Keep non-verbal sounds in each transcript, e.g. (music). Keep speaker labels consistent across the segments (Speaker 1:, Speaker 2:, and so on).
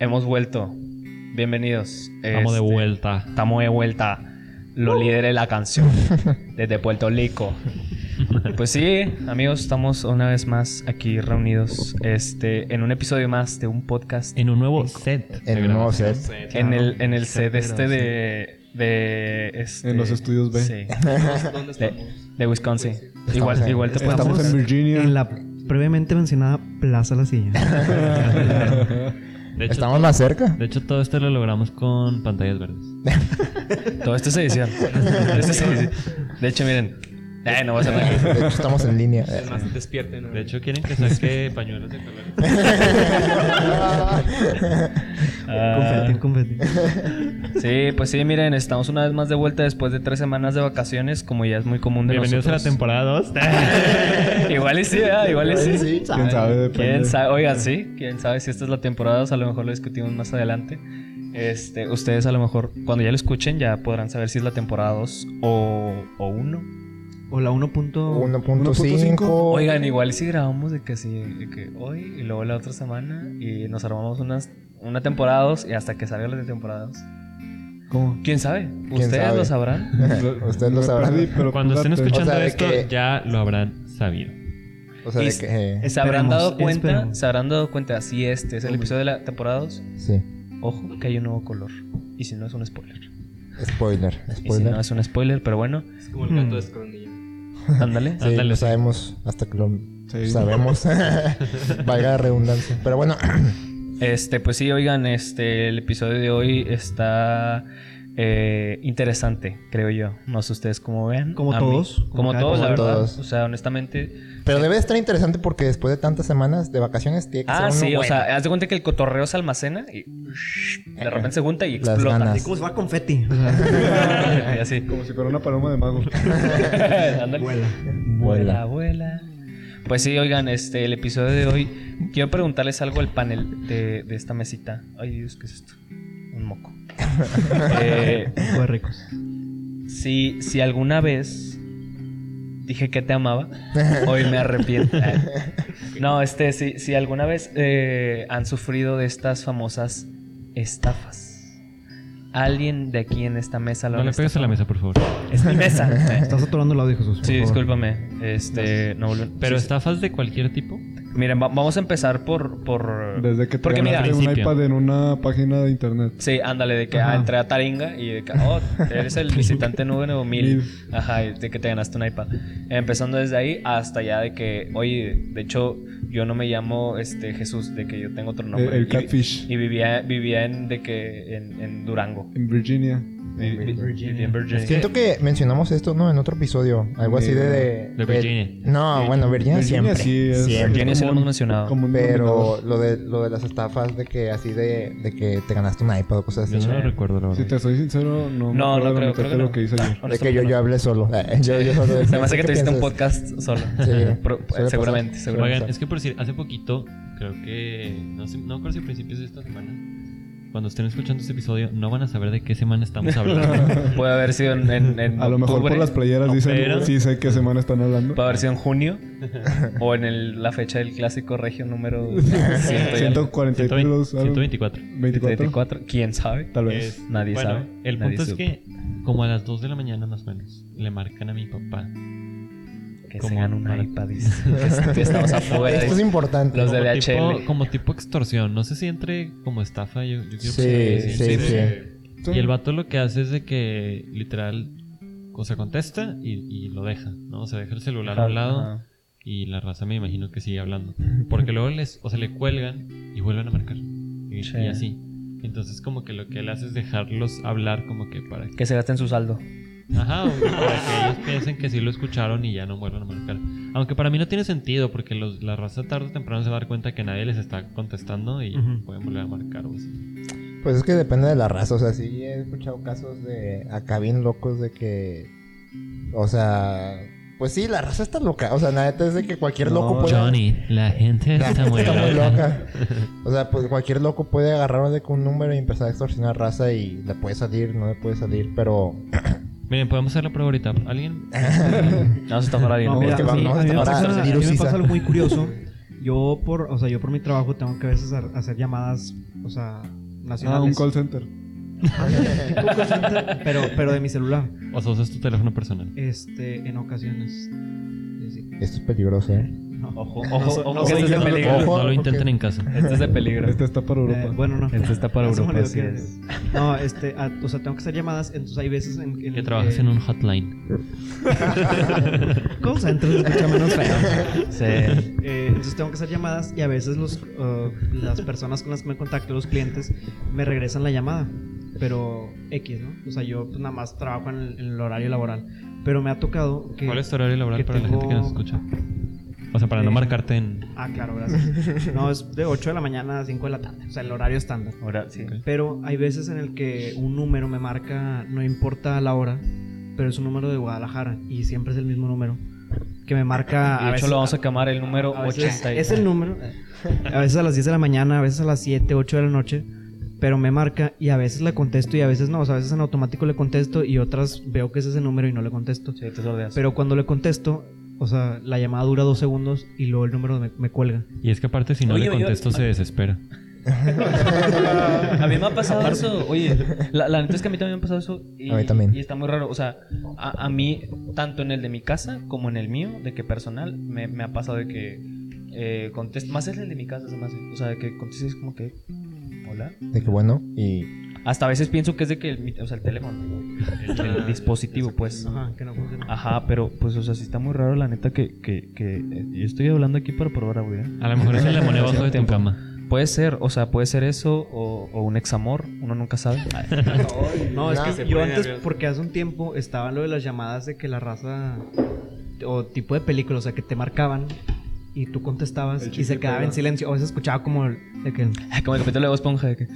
Speaker 1: Hemos vuelto. Bienvenidos.
Speaker 2: Estamos de
Speaker 1: Este,
Speaker 2: vuelta.
Speaker 1: Estamos de vuelta. Lo
Speaker 3: Uh.
Speaker 1: líderes de la
Speaker 3: (laughs)
Speaker 1: canción. Desde Puerto Rico. Pues sí, amigos, estamos una vez más aquí reunidos. Este, en un episodio más de un podcast.
Speaker 2: En un nuevo set.
Speaker 4: En el nuevo set.
Speaker 1: En el, en el set este de. de este-
Speaker 3: En los estudios B.
Speaker 1: Sí.
Speaker 5: ¿Dónde estamos?
Speaker 1: De, de Wisconsin. Igual,
Speaker 4: en-
Speaker 1: igual te
Speaker 3: Estamos en
Speaker 1: podemos.
Speaker 3: Virginia.
Speaker 6: En la previamente mencionada Plaza La
Speaker 3: (laughs)
Speaker 6: Silla.
Speaker 2: (laughs) De hecho,
Speaker 4: (laughs) Estamos más cerca.
Speaker 2: de hecho, todo esto lo logramos con pantallas verdes.
Speaker 1: Todo esto es edición. Esto es edición. De hecho, miren.
Speaker 2: (laughs)
Speaker 1: Eh, no va a ser nada.
Speaker 4: De hecho, estamos en línea.
Speaker 5: Es
Speaker 4: (laughs)
Speaker 5: más, despierten. ¿no?
Speaker 2: De hecho, quieren que saque pañuelos de colores.
Speaker 4: (laughs)
Speaker 1: Ah.
Speaker 6: Confeti, confeti.
Speaker 1: Sí, pues sí, miren, estamos una vez más de vuelta después de tres semanas de vacaciones, como ya es muy común de
Speaker 2: Bienvenidos
Speaker 1: nosotros.
Speaker 2: a la temporada 2.
Speaker 1: temporada. (laughs) igual y sí, ¿verdad? igual y sí.
Speaker 3: ¿Quién sabe? Depende.
Speaker 1: ¿Quién sabe? Oigan, sí, quién sabe si esta es la temporada, o sea, a lo mejor lo discutimos más adelante. Este, ustedes a lo mejor cuando ya lo escuchen ya podrán saber si es la temporada 2 o 1.
Speaker 6: O la 1.1.
Speaker 4: 1.5.
Speaker 1: Oigan, igual y si grabamos de que sí, de que hoy y luego la otra semana y nos armamos unas una temporada 2 y hasta que salga la de temporada 2.
Speaker 6: ¿Cómo?
Speaker 1: ¿Quién sabe? Ustedes
Speaker 4: sabe?
Speaker 1: lo sabrán.
Speaker 4: (laughs) Ustedes lo
Speaker 3: Me
Speaker 4: sabrán.
Speaker 3: perdí, pero pues,
Speaker 2: Cuando estén
Speaker 3: date.
Speaker 2: escuchando
Speaker 4: O sea, de
Speaker 2: esto,
Speaker 4: que-
Speaker 2: ya lo habrán sabido.
Speaker 4: O sea, de
Speaker 1: Es-
Speaker 4: que. eh,
Speaker 1: ¿Se habrán
Speaker 6: Esperemos,
Speaker 1: dado cuenta?
Speaker 6: esperemos.
Speaker 1: ¿Se habrán dado cuenta? Si este es el episodio de la temporada 2,
Speaker 4: Sí.
Speaker 1: ojo que hay un nuevo color. Y si no es un spoiler.
Speaker 4: Spoiler.
Speaker 1: Y si no
Speaker 4: Spoiler.
Speaker 1: es un spoiler, pero bueno,
Speaker 5: Es como el gato
Speaker 6: Mm.
Speaker 5: de Scrooge.
Speaker 4: (laughs)
Speaker 1: ándale.
Speaker 4: Sí,
Speaker 2: Ándale,
Speaker 4: lo
Speaker 2: sí.
Speaker 4: sabemos hasta que lo
Speaker 1: (laughs)
Speaker 3: Sí.
Speaker 4: sabemos. (laughs) Valga la redundancia. Pero bueno, (clears throat)
Speaker 1: Este, pues sí, oigan, este, el episodio de hoy está eh, interesante, creo yo. No sé ustedes cómo vean.
Speaker 6: Como
Speaker 1: A mí-
Speaker 6: todos,
Speaker 1: Como,
Speaker 6: como cada-
Speaker 1: todos, la
Speaker 4: como
Speaker 1: verdad.
Speaker 4: todos.
Speaker 1: O sea, honestamente.
Speaker 4: pero debe estar interesante porque después de tantas semanas de vacaciones tiene que
Speaker 1: Ah,
Speaker 4: ser
Speaker 1: sí, o
Speaker 4: uno bueno.
Speaker 1: sea, haz de cuenta que el cotorreo se almacena y de repente se junta y
Speaker 4: Las
Speaker 1: explota.
Speaker 4: ganas.
Speaker 6: Así como si fuera confeti.
Speaker 3: (laughs)
Speaker 6: O
Speaker 1: (laughs)
Speaker 6: sea, (laughs)
Speaker 1: Y así.
Speaker 3: Como si fuera una paloma de mago.
Speaker 1: (laughs) Ándale.
Speaker 6: vuela.
Speaker 1: Vuela, vuela. Pues sí, oigan, este, el episodio de hoy. Quiero preguntarles algo al panel de, de esta mesita. Ay, Dios, ¿qué es esto? Un moco. Eh,
Speaker 6: Fue ricos.
Speaker 1: si, si alguna vez dije que te amaba, hoy me arrepiento. Ah. No, este, si, si alguna vez eh, han sufrido de estas famosas estafas. Alguien de aquí en esta mesa lo
Speaker 2: No
Speaker 1: han
Speaker 2: le pegues a la mesa, por favor.
Speaker 1: estafado? Es mi
Speaker 2: (laughs)
Speaker 1: mesa.
Speaker 6: Estás atorando el audio, Jesús. por
Speaker 1: Sí,
Speaker 6: favor.
Speaker 1: discúlpame. Este, no volvió-
Speaker 2: Pero
Speaker 1: sí,
Speaker 2: estafas de cualquier tipo.
Speaker 1: Miren, va- vamos a empezar por... por
Speaker 3: Desde que te
Speaker 1: Porque mira...
Speaker 3: ganaste un
Speaker 2: Principio.
Speaker 3: iPad en una página de internet.
Speaker 1: Sí, ándale, de que ah,
Speaker 6: Ajá.
Speaker 1: entré a Taringa y de que, oh, eres el visitante
Speaker 3: (laughs)
Speaker 1: número mil.
Speaker 3: Mil.
Speaker 1: Ajá, y de que te ganaste un iPad. Empezando desde ahí hasta ya de que, oye, de hecho, yo no me llamo este Jesús, de que yo tengo otro nombre.
Speaker 3: El- el
Speaker 1: Y-
Speaker 3: catfish.
Speaker 1: Y, vivía, vivía en, de que, en, en Durango.
Speaker 3: En Virginia.
Speaker 1: Vi- vi- vivía en Virginia.
Speaker 4: Siento que mencionamos esto, ¿no? En otro episodio. Algo así de. De,
Speaker 2: De Virginia.
Speaker 4: No, bueno, Virginia,
Speaker 3: Virginia
Speaker 4: siempre.
Speaker 3: sí es-
Speaker 4: siempre.
Speaker 1: Virginia sí lo hemos
Speaker 3: Como un-
Speaker 1: mencionado.
Speaker 3: como un
Speaker 4: Pero
Speaker 3: denominador.
Speaker 4: lo de, lo de las estafas de que así de, de que te ganaste un iPad o cosas
Speaker 2: Yo
Speaker 4: así.
Speaker 2: no lo recuerdo, la
Speaker 3: Si
Speaker 2: verdad.
Speaker 3: te soy sincero, no me
Speaker 1: No,
Speaker 3: acuerdo
Speaker 1: no
Speaker 3: la
Speaker 1: creo,
Speaker 3: mitad
Speaker 1: creo
Speaker 3: de
Speaker 1: que
Speaker 3: lo
Speaker 1: no.
Speaker 3: que hice ayer.
Speaker 4: De que yo, yo hablé solo. Eh, (laughs) Yo, yo solo.
Speaker 1: (laughs) Se me hace que
Speaker 4: ¿Qué
Speaker 1: te hiciste un
Speaker 4: piensas?
Speaker 1: podcast solo.
Speaker 4: Sí.
Speaker 1: (laughs) Pro-
Speaker 4: Suele
Speaker 1: seguramente,
Speaker 4: pasar.
Speaker 1: seguramente.
Speaker 2: Oigan, es que por decir, hace poquito, creo que. No sé, no recuerdo si a principios de esta semana. Cuando estén escuchando este episodio, no van a saber de qué semana
Speaker 1: (laughs)
Speaker 2: estamos hablando.
Speaker 1: Puede haber sido en, en- en
Speaker 3: A lo mejor por
Speaker 1: Ah, octubre.
Speaker 3: las playeras
Speaker 2: Pero-
Speaker 3: dicen, sí sé qué semana están hablando.
Speaker 1: Puede haber sido en junio o en el- la fecha del clásico regio número 124.
Speaker 3: 142,
Speaker 2: 124.
Speaker 3: 24.
Speaker 1: ¿Quién sabe?
Speaker 3: Tal vez.
Speaker 1: Pues, Nadie
Speaker 2: Bueno,
Speaker 1: sabe.
Speaker 2: El
Speaker 1: Nadie
Speaker 2: punto es
Speaker 1: supo.
Speaker 2: que, como a las 2 de la mañana más o menos, le marcan a mi papá.
Speaker 1: Que se
Speaker 2: como
Speaker 1: gana un
Speaker 2: para-
Speaker 1: iPad. dice. Que es- que
Speaker 6: (laughs)
Speaker 1: estamos afuera. este
Speaker 4: Esto es
Speaker 1: dice.
Speaker 4: importante.
Speaker 1: Los de
Speaker 2: como
Speaker 1: DHL.
Speaker 2: Tipo, como tipo extorsión. No sé si entre como estafa. Yo, yo quiero
Speaker 4: Sí,
Speaker 2: pensar
Speaker 4: sí,
Speaker 2: que
Speaker 4: sí.
Speaker 2: Y el vato lo que hace es de que literal, o sea, contesta y, y lo deja, ¿no? O sea, deja el celular a un lado
Speaker 1: Ajá.
Speaker 2: y la raza me imagino que sigue hablando. Porque luego les, o sea, le cuelgan y vuelven a marcar. Y,
Speaker 1: Sí.
Speaker 2: y así. Entonces como que lo que él hace es dejarlos hablar como que para que...
Speaker 1: Que se gasten su saldo.
Speaker 2: Ajá, o para que ellos piensen que sí lo escucharon y ya no vuelvan a marcar. Aunque para mí no tiene sentido porque los- la raza tarde o temprano se va a dar cuenta que nadie les está contestando y
Speaker 6: Ujú.
Speaker 2: pueden volver a marcar o así.
Speaker 4: Pues es que depende de la raza. O sea, sí he escuchado casos de acá bien locos de que. O sea. Pues sí, la raza está loca. O sea, nada es de que cualquier
Speaker 3: No,
Speaker 4: loco puede.
Speaker 2: la gente
Speaker 4: La (laughs) gente está muy loca. O sea, pues cualquier loco puede
Speaker 1: (laughs)
Speaker 4: agarrar de que un número y empezar a extorsionar raza y le puede salir, no le puede salir, pero
Speaker 2: Miren, podemos hacer la prueba ahorita. ¿Alguien?
Speaker 1: No, se está fuera bien.
Speaker 6: No,
Speaker 4: Es
Speaker 6: mira,
Speaker 4: que
Speaker 6: a
Speaker 4: va-
Speaker 6: mí-
Speaker 4: no,
Speaker 6: a mí
Speaker 4: está
Speaker 6: me
Speaker 4: para
Speaker 6: pasa- a mí me
Speaker 4: virus
Speaker 6: pasa
Speaker 4: Isa.
Speaker 6: algo
Speaker 4: (laughs)
Speaker 6: muy curioso. Yo por, o sea, yo por mi trabajo tengo que a veces ha- hacer llamadas, o sea,
Speaker 3: Ah, un
Speaker 6: nacionales.
Speaker 3: call center.
Speaker 6: Tipo call center, (laughs) pero, pero de mi celular.
Speaker 2: O sea, usas tu teléfono personal.
Speaker 6: Este, en ocasiones. Sí, sí.
Speaker 4: Esto es peligroso, ¿eh?
Speaker 6: No.
Speaker 1: Ojo, ojo, ojo,
Speaker 6: no
Speaker 1: que
Speaker 6: soy
Speaker 1: esto es
Speaker 6: yo.
Speaker 1: de peligro.
Speaker 4: Ojo.
Speaker 2: No lo intenten
Speaker 4: porque-
Speaker 2: en casa.
Speaker 1: Esto es de peligro.
Speaker 3: Este está para Europa.
Speaker 6: Eh, bueno, no.
Speaker 1: Esto está para
Speaker 6: (laughs) Ya se me
Speaker 1: Europa,
Speaker 6: olvidó
Speaker 1: así
Speaker 6: qué
Speaker 1: es.
Speaker 6: No, este, ah, o sea, tengo que hacer llamadas, entonces hay veces en, en
Speaker 2: Que trabajas en un hotline.
Speaker 6: (laughs) cosa, entonces escucha menos feo.
Speaker 1: Sí.
Speaker 6: Eh, entonces tengo que hacer llamadas y a veces los, uh, las personas con las que me contacto, los clientes, me regresan la llamada. Pero X, ¿no? O sea, yo pues, nada más trabajo en el, en el horario laboral. Pero me ha tocado
Speaker 2: (laughs)
Speaker 6: que...
Speaker 2: ¿Cuál es tu horario laboral
Speaker 6: que
Speaker 2: para la gente que
Speaker 6: tengo-
Speaker 2: nos escucha? O sea, para no
Speaker 6: Eh,
Speaker 2: marcarte en...
Speaker 6: Ah, claro, gracias. No, es de 8 de la mañana a 5 de la tarde. O sea, el horario estándar.
Speaker 1: Ahora sí.
Speaker 6: Pero hay veces en el que un número me marca, no importa la hora, pero es un número de Guadalajara y siempre es el mismo número. Que me marca...
Speaker 1: De
Speaker 6: a
Speaker 1: hecho,
Speaker 6: veces-
Speaker 1: lo vamos a camar el número
Speaker 6: Ah, A veces
Speaker 1: 80.
Speaker 6: Es el número. eh, A veces a las 10 de la mañana, a veces a las 7, 8 de la noche. Pero me marca y a veces la contesto y a veces no. O sea, a veces en automático le contesto y otras veo que es ese número y no le contesto.
Speaker 1: Sí, te sordeas.
Speaker 6: Pero cuando le contesto, o sea, la llamada dura dos segundos y luego el número me, me cuelga.
Speaker 2: Y es que aparte si no
Speaker 1: Oye,
Speaker 2: le
Speaker 1: oye,
Speaker 2: contesto
Speaker 1: oye.
Speaker 2: se desespera.
Speaker 1: A mí me ha pasado eso. Oye, la, la neta es que a mí también me ha pasado eso. Y,
Speaker 4: A mí también.
Speaker 1: Y está muy raro. O sea, a, a mí, tanto en el de mi casa como en el mío, de que personal, me, me ha pasado de que eh, contesto. Más es el de mi casa, se me hace. O sea, de que contestes como que. Hola.
Speaker 4: De que bueno, y
Speaker 1: Hasta a veces pienso que es de que el, mi- o sea, el teléfono, el, el
Speaker 6: (laughs)
Speaker 1: dispositivo, pues.
Speaker 6: Ajá, que no funciona.
Speaker 1: Ajá, pero pues, o sea, sí está muy raro, la neta, que, que, que eh, yo estoy hablando aquí para probar audio. ¿eh?
Speaker 2: A lo mejor
Speaker 1: (laughs)
Speaker 2: es el de moneda abajo de tu
Speaker 1: Tiempo.
Speaker 2: cama.
Speaker 1: Puede ser, o sea, puede ser eso o, o un examor, uno nunca sabe.
Speaker 6: No, es
Speaker 4: No,
Speaker 6: que
Speaker 5: se
Speaker 6: yo
Speaker 5: pone
Speaker 6: antes,
Speaker 5: nervioso.
Speaker 6: porque hace un tiempo estaba lo de las llamadas de que la raza o tipo de película, o sea, que te marcaban y tú contestabas
Speaker 5: El
Speaker 6: y se
Speaker 5: chicle
Speaker 6: quedaba
Speaker 5: pega.
Speaker 6: en silencio. O veces escuchaba como el- de que,
Speaker 1: (laughs) Como el capítulo de Bob Esponja de que...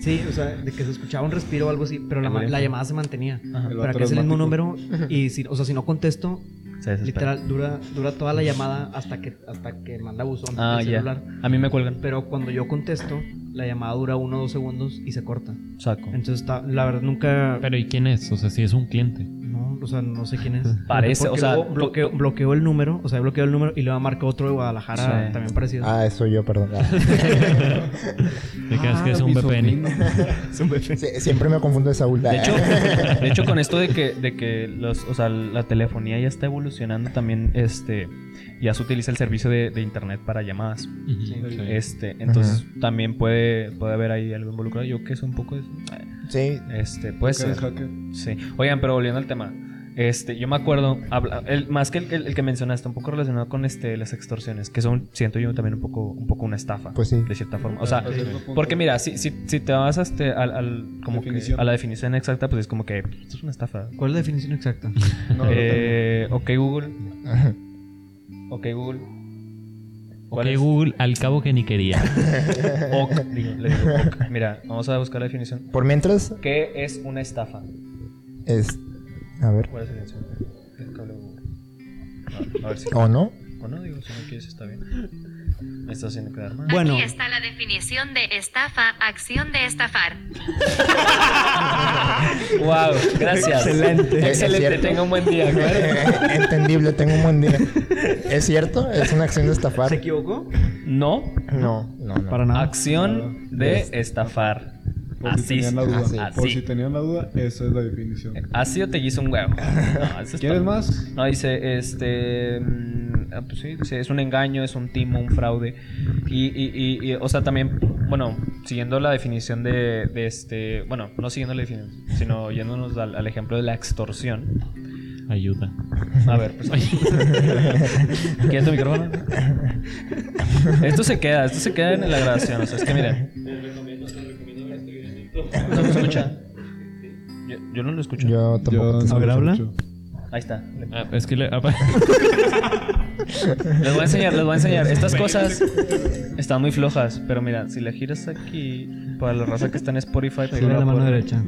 Speaker 6: sí, o sea, de que se escuchaba un respiro o algo así, pero la, ma- la llamada se mantenía.
Speaker 1: Ajá.
Speaker 3: El
Speaker 6: Pero acá
Speaker 3: otro
Speaker 6: es el mismo número
Speaker 3: asmático.
Speaker 6: y, si, o sea, si no contesto,
Speaker 1: Se desespera.
Speaker 6: literal, dura, dura toda la llamada hasta que, hasta que manda buzón
Speaker 1: Ah,
Speaker 6: el
Speaker 1: ya.
Speaker 6: celular.
Speaker 1: A mí me cuelgan.
Speaker 6: Pero cuando yo contesto, la llamada dura uno o dos segundos y se corta.
Speaker 1: Saco.
Speaker 6: Entonces, está- la verdad, nunca...
Speaker 2: Pero ¿y quién es? O sea, si es un cliente.
Speaker 6: No, o sea, no sé quién es.
Speaker 1: (laughs) Parece, o
Speaker 6: Porque
Speaker 1: sea,
Speaker 6: luego bloqueó, bloqueó el número, o sea, bloqueó el número y luego marcó otro de Guadalajara
Speaker 1: Sí.
Speaker 6: también parecido.
Speaker 4: Ah, soy yo, perdón.
Speaker 1: (laughs)
Speaker 4: Ah.
Speaker 2: ¿Te crees que es
Speaker 3: Ah,
Speaker 2: un
Speaker 3: mi (laughs)
Speaker 2: VPN?
Speaker 3: sobrino.
Speaker 4: Sie- siempre me confundo de Saúl.
Speaker 1: De
Speaker 6: (laughs)
Speaker 1: hecho, de hecho, con esto de que, de que los, o sea, la telefonía ya está evolucionando también, este, ya se utiliza el servicio de, de internet para llamadas.
Speaker 2: Ujú, sí.
Speaker 1: Este, entonces también puede, puede haber ahí algo involucrado. Yo que sé un poco de eso.
Speaker 4: (laughs) sí,
Speaker 1: Este, puede
Speaker 3: Que eres
Speaker 1: ser.
Speaker 3: hacker.
Speaker 1: Sí. Oigan, pero volviendo al tema. Este, yo me acuerdo, habla- el, más que el, el- el que mencionaste, un poco relacionado con este, las extorsiones, que son, siento yo, también un poco, un poco una estafa.
Speaker 4: Pues sí.
Speaker 1: De cierta forma. O sea,
Speaker 3: Hasta cierto punto.
Speaker 1: porque mira, si, si, si te vas este, al, al- como que
Speaker 3: Definición.
Speaker 1: a la definición exacta, pues es como que esto es una estafa.
Speaker 6: ¿Cuál es la definición exacta?
Speaker 3: No, no,
Speaker 1: Eh, ok,
Speaker 4: (laughs)
Speaker 1: Google. Ok, Google.
Speaker 2: Ok,
Speaker 1: ¿Cuál es?
Speaker 2: Google, al cabo que ni quería.
Speaker 1: (laughs) Ok, digo, le digo ok. Mira, vamos a buscar la definición.
Speaker 4: por mientras,
Speaker 1: ¿Qué es una estafa?
Speaker 4: es. A ver,
Speaker 1: ¿Cuál es la definición? Que hable Google. A- a ver si-
Speaker 4: ¿o no?
Speaker 1: O no, digo, si no quieres está bien. Me está haciendo quedar mal.
Speaker 6: Bueno.
Speaker 7: Aquí está la definición de estafa, acción de estafar.
Speaker 1: (laughs) Wow, gracias.
Speaker 6: Excelente.
Speaker 1: Excelente,
Speaker 4: Es cierto.
Speaker 1: tenga un buen día. claro.
Speaker 4: (laughs) Entendible, tengo un buen día. ¿Es cierto? ¿Es una acción de estafar?
Speaker 6: ¿Se equivocó?
Speaker 1: No,
Speaker 4: No, no, no.
Speaker 6: Para nada.
Speaker 1: acción de estafar.
Speaker 3: Por si
Speaker 1: Así.
Speaker 3: tenían la
Speaker 4: así.
Speaker 3: duda. Por si
Speaker 1: Así.
Speaker 3: tenían la duda, esa es la definición.
Speaker 1: Así o te hizo un huevo. No, eso es
Speaker 3: ¿Quieres
Speaker 1: todo.
Speaker 3: más?
Speaker 1: No, dice, este... mm, ah, Pues sí, dice, es un engaño, es un timo, un fraude. Y, y- y- y, o sea, también, bueno, siguiendo la definición de, de este... Bueno, no siguiendo la definición, sino yéndonos al, al ejemplo de la extorsión.
Speaker 2: Ayuda.
Speaker 1: A ver, pues... ¿Quieres tu micrófono? Esto se queda, esto se queda en la grabación. O sea, es que miren... ¿No lo escucha? Yo, yo no lo escucho.
Speaker 4: Yo tampoco. te
Speaker 3: no
Speaker 6: A ver,
Speaker 3: lo
Speaker 6: habla.
Speaker 3: escucho.
Speaker 1: Ahí está.
Speaker 2: Ah, es que le... (laughs) ah,
Speaker 1: Les voy a enseñar, les voy a enseñar. Estas cosas están muy flojas, pero mira, si la giras aquí, para la raza que está en Spotify, pues
Speaker 6: Pégale
Speaker 1: no
Speaker 6: la
Speaker 1: va a
Speaker 6: mano
Speaker 1: poder.
Speaker 6: derecha.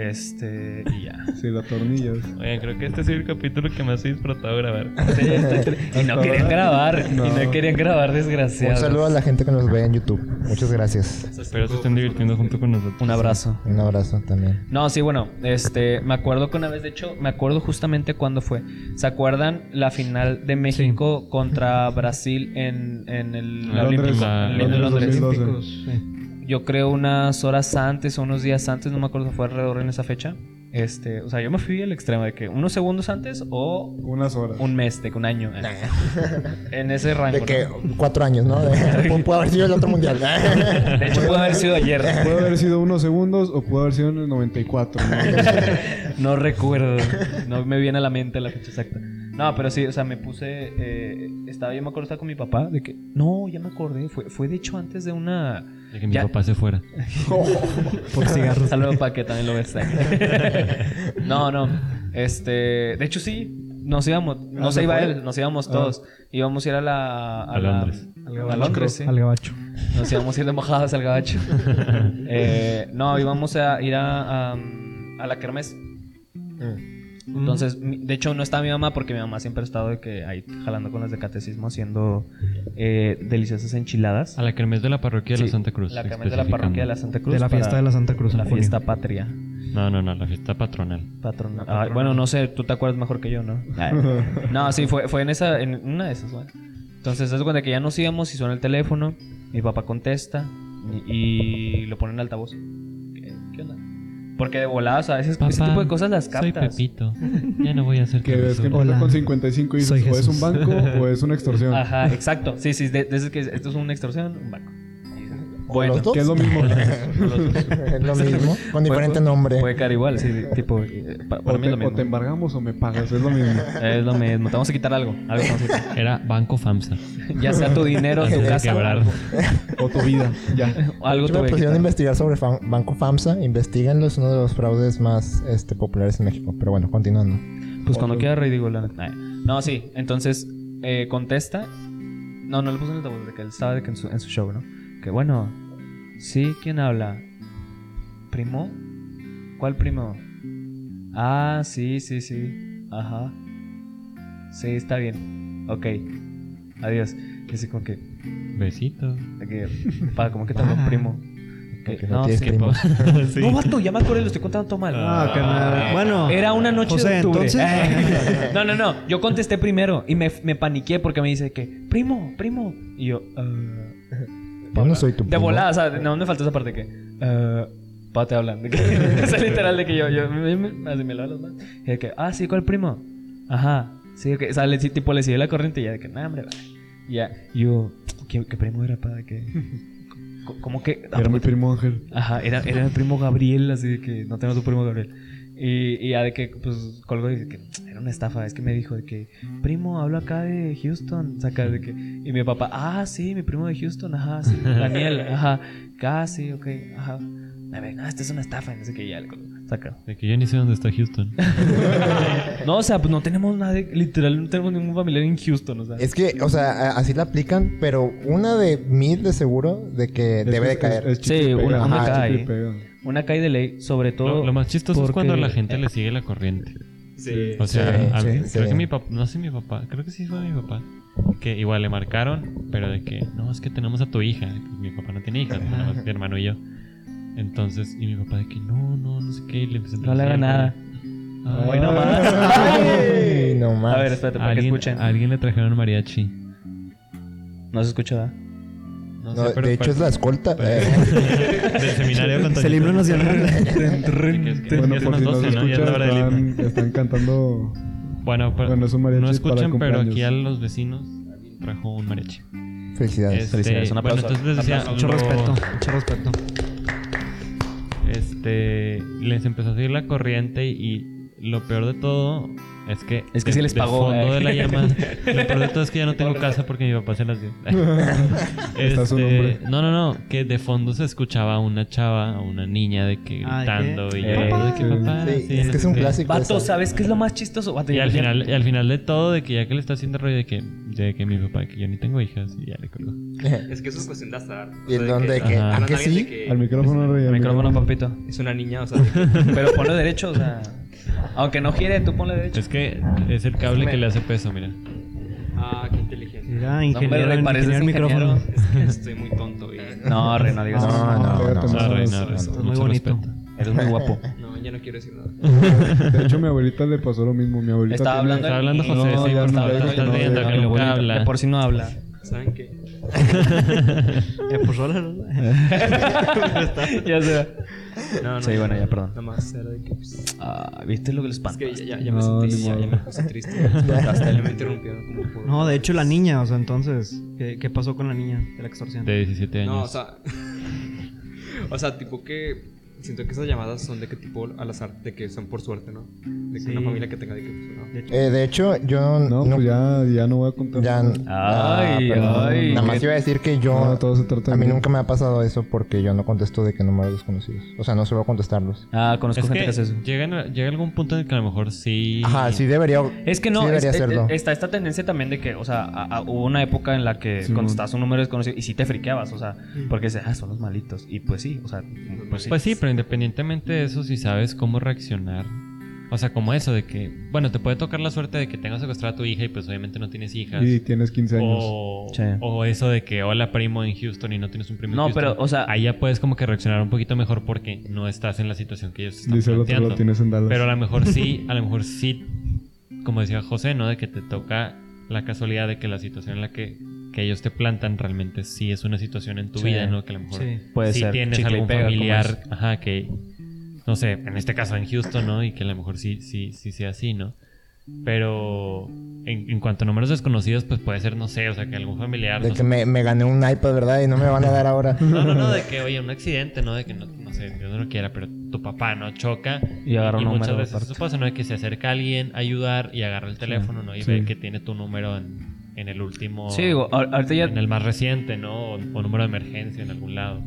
Speaker 1: Este, y ya.
Speaker 3: Si lo atornillas.
Speaker 2: Oigan, creo que este es el capítulo que más he disfrutado grabar.
Speaker 1: Sí, estoy tri- y no querían grabar, y no
Speaker 3: No.
Speaker 1: querían grabar,
Speaker 4: Un
Speaker 1: desgraciados.
Speaker 4: saludo a la gente que nos ve en YouTube. Muchas gracias.
Speaker 2: Espero se estén divirtiendo junto con nosotros.
Speaker 1: Un abrazo.
Speaker 4: Un abrazo también.
Speaker 1: No, sí, bueno, este, me acuerdo que una vez, de hecho, me acuerdo justamente cuándo fue. ¿Se acuerdan la final de México contra Brasil en, en el, la
Speaker 3: Londres,
Speaker 6: Ah,
Speaker 1: Olímpica?
Speaker 2: la-
Speaker 1: en Londres?
Speaker 3: Londres 2012.
Speaker 1: Yo creo unas horas antes o unos días antes, no me acuerdo, fue alrededor en esa fecha. Este, o sea, yo me fui al extremo de que unos segundos antes o
Speaker 3: Unas horas.
Speaker 1: un (laughs) mes, de que un año. eh. En ese rango.
Speaker 4: De que
Speaker 1: ¿no?
Speaker 4: cuatro años, ¿no? De- puede haber sido el otro mundial.
Speaker 1: De hecho, pudo haber sido
Speaker 4: (laughs)
Speaker 1: ayer.
Speaker 3: Puede haber sido unos segundos o pudo haber sido en el 94.
Speaker 1: (laughs)
Speaker 3: ¿no?
Speaker 1: No recuerdo. No me viene a la mente la fecha exacta. No, pero sí, o sea, me puse. eh, estaba, yo me acuerdo, estaba con mi papá. De que. No, ya me acordé. Fue, fue de hecho antes de una.
Speaker 2: De que mi
Speaker 1: Ya.
Speaker 2: papá
Speaker 1: (laughs)
Speaker 2: se fuera.
Speaker 1: Por cigarros. Saludos para que también lo ves
Speaker 6: (laughs)
Speaker 1: ahí. No, no. Este. De hecho, sí. Nos íbamos. No
Speaker 3: Ah,
Speaker 1: se
Speaker 3: ¿se
Speaker 1: iba
Speaker 3: fue?
Speaker 1: él, nos íbamos
Speaker 3: Ah.
Speaker 1: todos. Íbamos a ir a la. A,
Speaker 2: A
Speaker 1: la-
Speaker 2: Londres.
Speaker 1: A Londres, sí.
Speaker 6: Al gabacho.
Speaker 1: Nos íbamos a ir de mojadas al
Speaker 6: (laughs)
Speaker 1: gabacho. Eh, no, íbamos a ir a, a, a la kermés.
Speaker 6: Mm.
Speaker 1: Entonces, mi- de hecho, no está mi mamá porque mi mamá siempre ha estado de que ahí jalando con las de catecismo haciendo eh, deliciosas enchiladas.
Speaker 2: A la kermés de la parroquia de la
Speaker 1: Sí,
Speaker 2: Santa Cruz.
Speaker 1: La kermés de la parroquia de la Santa Cruz.
Speaker 6: De la fiesta
Speaker 1: para
Speaker 6: de la Santa Cruz.
Speaker 1: la
Speaker 6: en junio.
Speaker 1: fiesta patria.
Speaker 2: No, no, no, la fiesta patronal.
Speaker 1: Patrona. Ah, bueno, no sé, tú te acuerdas mejor que yo, ¿no? Ay. (laughs) No, sí, fue, fue en esa, en una de esas, güey. Entonces, haz de cuenta que ya nos íbamos y suena el teléfono, mi papá contesta y, y lo pone en altavoz. ¿Qué, qué onda? Porque de voladas a veces ese
Speaker 2: Papá,
Speaker 1: Este tipo de cosas las
Speaker 2: Soy
Speaker 1: captas.
Speaker 2: Pepito. Ya no voy a hacer
Speaker 3: que ves que
Speaker 2: travesuras.
Speaker 6: Hola.
Speaker 3: empieza con 55 y
Speaker 6: Soy
Speaker 3: dices, o es un
Speaker 6: Jesús.
Speaker 1: (laughs)
Speaker 3: banco o es una extorsión.
Speaker 1: Ajá, exacto. Sí, sí, de- desde que esto es una extorsión, un banco. Bueno,
Speaker 4: ¿Los dos?
Speaker 3: Que es lo mismo.
Speaker 4: Es lo mismo, con diferente nombre.
Speaker 1: puede caer igual, sí, sí, tipo, eh, pa- (laughs) para
Speaker 3: o,
Speaker 1: mí
Speaker 3: (laughs)
Speaker 1: es lo
Speaker 3: te, o te
Speaker 1: mismo.
Speaker 3: embargamos o me pagas, es lo
Speaker 1: (laughs)
Speaker 3: mismo.
Speaker 1: Es lo mismo, te vamos a quitar algo. algo te vamos a quitar.
Speaker 2: Era Banco FAMSA.
Speaker 1: Ya sea tu
Speaker 2: (laughs)
Speaker 1: dinero,
Speaker 2: Antes
Speaker 1: tu
Speaker 2: de
Speaker 1: casa, o
Speaker 2: quebrar.
Speaker 1: algo,
Speaker 3: O tu vida, ya.
Speaker 1: o (laughs) algo te
Speaker 4: Yo me
Speaker 1: voy a
Speaker 4: pusieron a
Speaker 1: quitar.
Speaker 4: investigar sobre Fam- Banco FAMSA. Investiganlo, es uno de los fraudes más este, populares en México. Pero bueno, continuando.
Speaker 1: Pues cuando
Speaker 3: Otro.
Speaker 1: quiera rey digo la neta. Ay. No, sí, entonces eh, contesta. No, no le puse en el altavoz de que él estaba de que en, su, en su show, ¿no? Que bueno, sí, ¿quién habla? ¿Primo? ¿Cuál primo? Ah, sí, sí, sí. Ajá. Sí, está bien. Ok. Adiós. Y así como que,
Speaker 2: Besito.
Speaker 1: de que para como que tengo un
Speaker 6: Bye.
Speaker 1: primo. Que,
Speaker 4: Porque no
Speaker 1: no,
Speaker 4: tienes
Speaker 1: sí. pues.
Speaker 4: primo.
Speaker 2: Sí.
Speaker 1: No, vato, ya me acordé, lo estoy contando todo mal.
Speaker 6: Ah, carnal. Bueno.
Speaker 1: Era una noche
Speaker 6: José,
Speaker 1: de octubre.
Speaker 6: entonces-
Speaker 1: Eh, (laughs) No, no, no. Yo contesté primero y me, me paniqué porque me dice que, primo, primo. Y yo, "Ah,
Speaker 4: Yo no soy tu
Speaker 1: de
Speaker 4: primo.
Speaker 1: volada, o sea, no me faltó esa parte que, "Ah, pa, te hablan. De que- (laughs) es literal de que yo, yo, me, me- así me lavo las manos. Y de que, ah, sí, ¿cuál primo? Ajá. Sí, ok. O sea, le, sí, tipo, le siguió la corriente y ya de que, no, hombre, va". Y ya, yo, ¿qué, qué (laughs) primo era para que? co- Como que. ah,
Speaker 3: Era mi primo Ángel.
Speaker 1: Ajá, era, era el primo Gabriel, así de que no tengo tu primo Gabriel. Y, y ya de que, pues, colgó y de que era una estafa. Es que me dijo de que, primo, hablo acá de Houston. Saca de que, y mi papá, ah, sí, mi primo de Houston, ajá,
Speaker 2: (laughs)
Speaker 1: sí, Daniel, ajá, casi, ok, ajá. A ver, no, esta es una estafa, y no sé qué, ya le colgó. Saca.
Speaker 2: (laughs) De que yo ni sé dónde está Houston.
Speaker 1: No, o sea, pues no tenemos nadie, literal, no tenemos ningún familiar en Houston, o sea.
Speaker 4: Es que, o sea, a- así la aplican, pero una de mil de seguro de que Eh, debe de caer.
Speaker 1: Sí, una- una cae.
Speaker 3: cae.
Speaker 1: Una calle de ley, sobre todo.
Speaker 2: Lo, lo más chistoso es
Speaker 1: porque-
Speaker 2: cuando la gente le sigue la corriente.
Speaker 5: Sí.
Speaker 2: O sea, a
Speaker 4: sí,
Speaker 2: mí-
Speaker 4: sí.
Speaker 2: creo que mi papá, no sé mi papá, creo que sí fue mi papá. Que igual le marcaron, pero de que, no, es que tenemos a tu hija. Y pues mi papá no tiene hija, nada más mi hermano y yo. Entonces, y mi papá de que, no, no, no sé qué. y le empecé a Ah,
Speaker 1: No le haga
Speaker 2: decir,
Speaker 1: nada.
Speaker 2: "Ay,
Speaker 1: Hoy
Speaker 3: Ah.
Speaker 1: no más.
Speaker 4: Ay, no más.
Speaker 1: A ver, espérate, para que
Speaker 2: alguien,
Speaker 1: escuchen.
Speaker 2: a alguien le trajeron mariachi.
Speaker 1: No se escucha,
Speaker 2: (laughs)
Speaker 1: ¿verdad?
Speaker 2: No,
Speaker 4: No,
Speaker 2: sé, pero
Speaker 4: de hecho,
Speaker 2: fue-
Speaker 4: es la escolta.
Speaker 2: del seminario con
Speaker 6: Es el himno nacional.
Speaker 1: (laughs)
Speaker 3: Bueno,
Speaker 2: Bueno,
Speaker 3: por si nos escuchan,
Speaker 2: bueno,
Speaker 3: están, están cantando.
Speaker 2: bueno pero
Speaker 3: bueno, es un mariachi
Speaker 2: no
Speaker 3: para
Speaker 2: escuchan, pero
Speaker 3: cumpleaños.
Speaker 2: aquí a los vecinos alguien trajo un mariachi.
Speaker 4: Felicidades.
Speaker 2: Este,
Speaker 1: felicidades, un aplauso.
Speaker 2: Bueno, entonces les decía,
Speaker 6: Mucho
Speaker 2: lo-
Speaker 6: respeto. Mucho respeto.
Speaker 2: Este, les empezó a seguir la corriente y lo peor de todo es que.
Speaker 1: Es que
Speaker 2: de-
Speaker 1: sí les
Speaker 2: de
Speaker 1: pagó,
Speaker 2: fondo
Speaker 1: eh.
Speaker 2: de la llamada. Lo peor de todo es que ya no tengo casa porque mi papá se las dio. Este,
Speaker 3: Está su nombre.
Speaker 2: No, no, no. Que de fondo se escuchaba a una chava, a una niña de que
Speaker 6: Ah, ¿de
Speaker 2: gritando
Speaker 6: qué?
Speaker 2: y
Speaker 1: Eh,
Speaker 2: llorando de que papá.
Speaker 4: Sí,
Speaker 2: sí,
Speaker 4: es
Speaker 2: no
Speaker 4: que es
Speaker 2: sé
Speaker 4: un
Speaker 2: qué.
Speaker 4: clásico.
Speaker 1: Vato,
Speaker 4: esa.
Speaker 1: ¿sabes qué es lo más chistoso? Vato,
Speaker 2: Y
Speaker 1: yo-
Speaker 2: al final, y al final de todo, de que ya que le está haciendo rollo de que, de que mi papá, que yo ni tengo hijas, y ya le colgó.
Speaker 5: Es que eso es cuestión de azar.
Speaker 4: ¿Y el don de que-
Speaker 2: ah,
Speaker 5: hablan
Speaker 4: que
Speaker 5: alguien de
Speaker 4: sí?
Speaker 5: que
Speaker 1: (laughs)
Speaker 3: Al micrófono, rey.
Speaker 1: El
Speaker 3: al
Speaker 1: micrófono, papito.
Speaker 5: Es una niña, o sea, de que-
Speaker 4: (laughs)
Speaker 1: Pero ponlo derecho, o sea. Aunque no gire, tú ponle derecho.
Speaker 2: Es que es el cable que le hace peso, mira.
Speaker 5: ah, qué inteligente.
Speaker 6: Mira,
Speaker 1: No, hombre,
Speaker 6: ingeniero,
Speaker 1: Rey, pareces
Speaker 6: ingeniero en
Speaker 1: ingeniero.
Speaker 6: micrófono.
Speaker 5: Es que estoy muy
Speaker 4: (laughs)
Speaker 5: tonto, güey.
Speaker 1: No, Rey, no digas
Speaker 4: No,
Speaker 1: eso.
Speaker 4: no, no.
Speaker 3: Pégate
Speaker 4: no.
Speaker 3: más.
Speaker 2: No,
Speaker 3: Eso
Speaker 2: Rey,
Speaker 3: es-
Speaker 2: no, Rey,
Speaker 6: es
Speaker 3: eso
Speaker 2: mucho
Speaker 6: muy bonito.
Speaker 2: respeto.
Speaker 1: Eres muy
Speaker 4: (laughs)
Speaker 1: guapo.
Speaker 5: No, ya no quiero decir
Speaker 3: (laughs)
Speaker 5: nada.
Speaker 3: De hecho, mi abuelita le pasó lo mismo. Mi abuelita
Speaker 1: Estaba
Speaker 3: tiene-
Speaker 1: hablando.
Speaker 2: Está hablando
Speaker 1: No,
Speaker 2: José, sí,
Speaker 3: ya
Speaker 2: por
Speaker 3: no,
Speaker 2: favor,
Speaker 3: ya no,
Speaker 2: estás
Speaker 3: ya
Speaker 2: viendo
Speaker 3: no,
Speaker 2: que
Speaker 1: lo
Speaker 2: Luca
Speaker 1: bonito,
Speaker 2: habla.
Speaker 1: que por si no habla.
Speaker 5: ¿Saben qué?
Speaker 6: (laughs)
Speaker 2: (laughs)
Speaker 6: Eh, pues hola, ¿no?
Speaker 1: ya sé.
Speaker 5: No, no.
Speaker 1: Sí, bueno, ya, perdón.
Speaker 5: Nada más era de que. pues,
Speaker 1: Ah, ¿Viste lo que les
Speaker 5: es
Speaker 1: espanta?
Speaker 5: que ya, ya, ya me
Speaker 3: No,
Speaker 5: sentí,
Speaker 3: ni
Speaker 5: ya,
Speaker 3: modo.
Speaker 5: ya me puse triste. Ya me interrumpieron como por.
Speaker 6: No, de hecho la niña, o sea, entonces, ¿qué, qué pasó con la niña de la extorsión?
Speaker 2: De 17 años.
Speaker 5: No, o sea. (laughs) o sea, tipo que. Siento que esas llamadas son de que tipo al azar, de que son por suerte, ¿no? De que
Speaker 6: Sí.
Speaker 5: una familia que tenga de que. pues, no.
Speaker 6: De hecho,
Speaker 4: Eh, de hecho, yo
Speaker 3: No,
Speaker 4: no-
Speaker 3: pues ya, ya no voy a contar.
Speaker 4: ya- ah,
Speaker 1: Ay,
Speaker 4: perdón.
Speaker 1: ay.
Speaker 4: Nada más iba a decir que yo.
Speaker 3: No, todo se trata
Speaker 4: a
Speaker 3: de
Speaker 4: mí
Speaker 3: mí.
Speaker 4: nunca me ha pasado eso porque yo no contesto de que números desconocidos. O sea, no suelo contestarlos.
Speaker 1: Ah, conozco
Speaker 2: es
Speaker 1: gente que, hace eso.
Speaker 2: que llega, llega algún punto en el que a lo mejor sí.
Speaker 4: Ajá, sí debería.
Speaker 1: Es que no,
Speaker 4: sí debería
Speaker 1: es- es-
Speaker 4: hacerlo.
Speaker 1: está esta tendencia también de que, o sea, a- a- hubo una época en la que
Speaker 3: Sí,
Speaker 1: contestabas un número desconocido y sí te friqueabas, o sea,
Speaker 6: Mm.
Speaker 1: porque dices, ah, son los malitos. Y pues sí, o sea, pues sí.
Speaker 2: Pues sí, pero independientemente de eso, si sabes cómo reaccionar. O sea, como eso de que, bueno, te puede tocar la suerte de que tengas secuestrada a tu hija y pues obviamente no tienes hijas.
Speaker 3: Y tienes 15 años.
Speaker 2: O,
Speaker 1: Sí.
Speaker 2: o eso de que hola primo en Houston y no tienes un primo
Speaker 1: No,
Speaker 2: en Houston.
Speaker 1: pero, o sea-
Speaker 2: Ahí ya puedes como que reaccionar un poquito mejor porque no estás en la situación que ellos están
Speaker 3: Dice el otro,
Speaker 2: planteando.
Speaker 3: lo tienes en Dallas.
Speaker 2: Pero a lo mejor sí, a lo mejor sí, como decía José, ¿no? De que te toca la casualidad de que la situación en la que, que ellos te plantan realmente sí es una situación en tu
Speaker 1: Sí.
Speaker 2: vida, ¿no? Que a lo mejor
Speaker 6: Sí.
Speaker 1: Puede
Speaker 2: sí
Speaker 1: ser
Speaker 2: tienes
Speaker 1: chicle y
Speaker 2: algún
Speaker 1: pega, como
Speaker 2: familiar, ajá, que, no sé, en este caso en Houston, ¿no? Y que a lo mejor sí, sí, sí sea así, ¿no? Pero en, en cuanto a números desconocidos, pues puede ser, no sé, o sea, que algún familiar...
Speaker 4: De
Speaker 2: no
Speaker 4: que
Speaker 2: sé,
Speaker 4: me, me gané un iPad, ¿verdad? Y no me van a
Speaker 1: (laughs)
Speaker 4: dar ahora.
Speaker 2: no, no, no, de que, oye, un accidente, ¿no? De que, no, no sé, Dios no lo quiera, pero tu papá, ¿no? Choca.
Speaker 1: Y agarra un
Speaker 2: muchas
Speaker 1: número
Speaker 2: veces
Speaker 1: aparte.
Speaker 2: eso pasa, ¿no? De que se acerca alguien a ayudar y agarra el teléfono, ¿no? Y
Speaker 3: sí.
Speaker 2: ve que tiene tu número en, en el último...
Speaker 1: Sí, digo, ahor- ahorita ya.
Speaker 2: En el más reciente, ¿no? O, o número de emergencia en algún lado.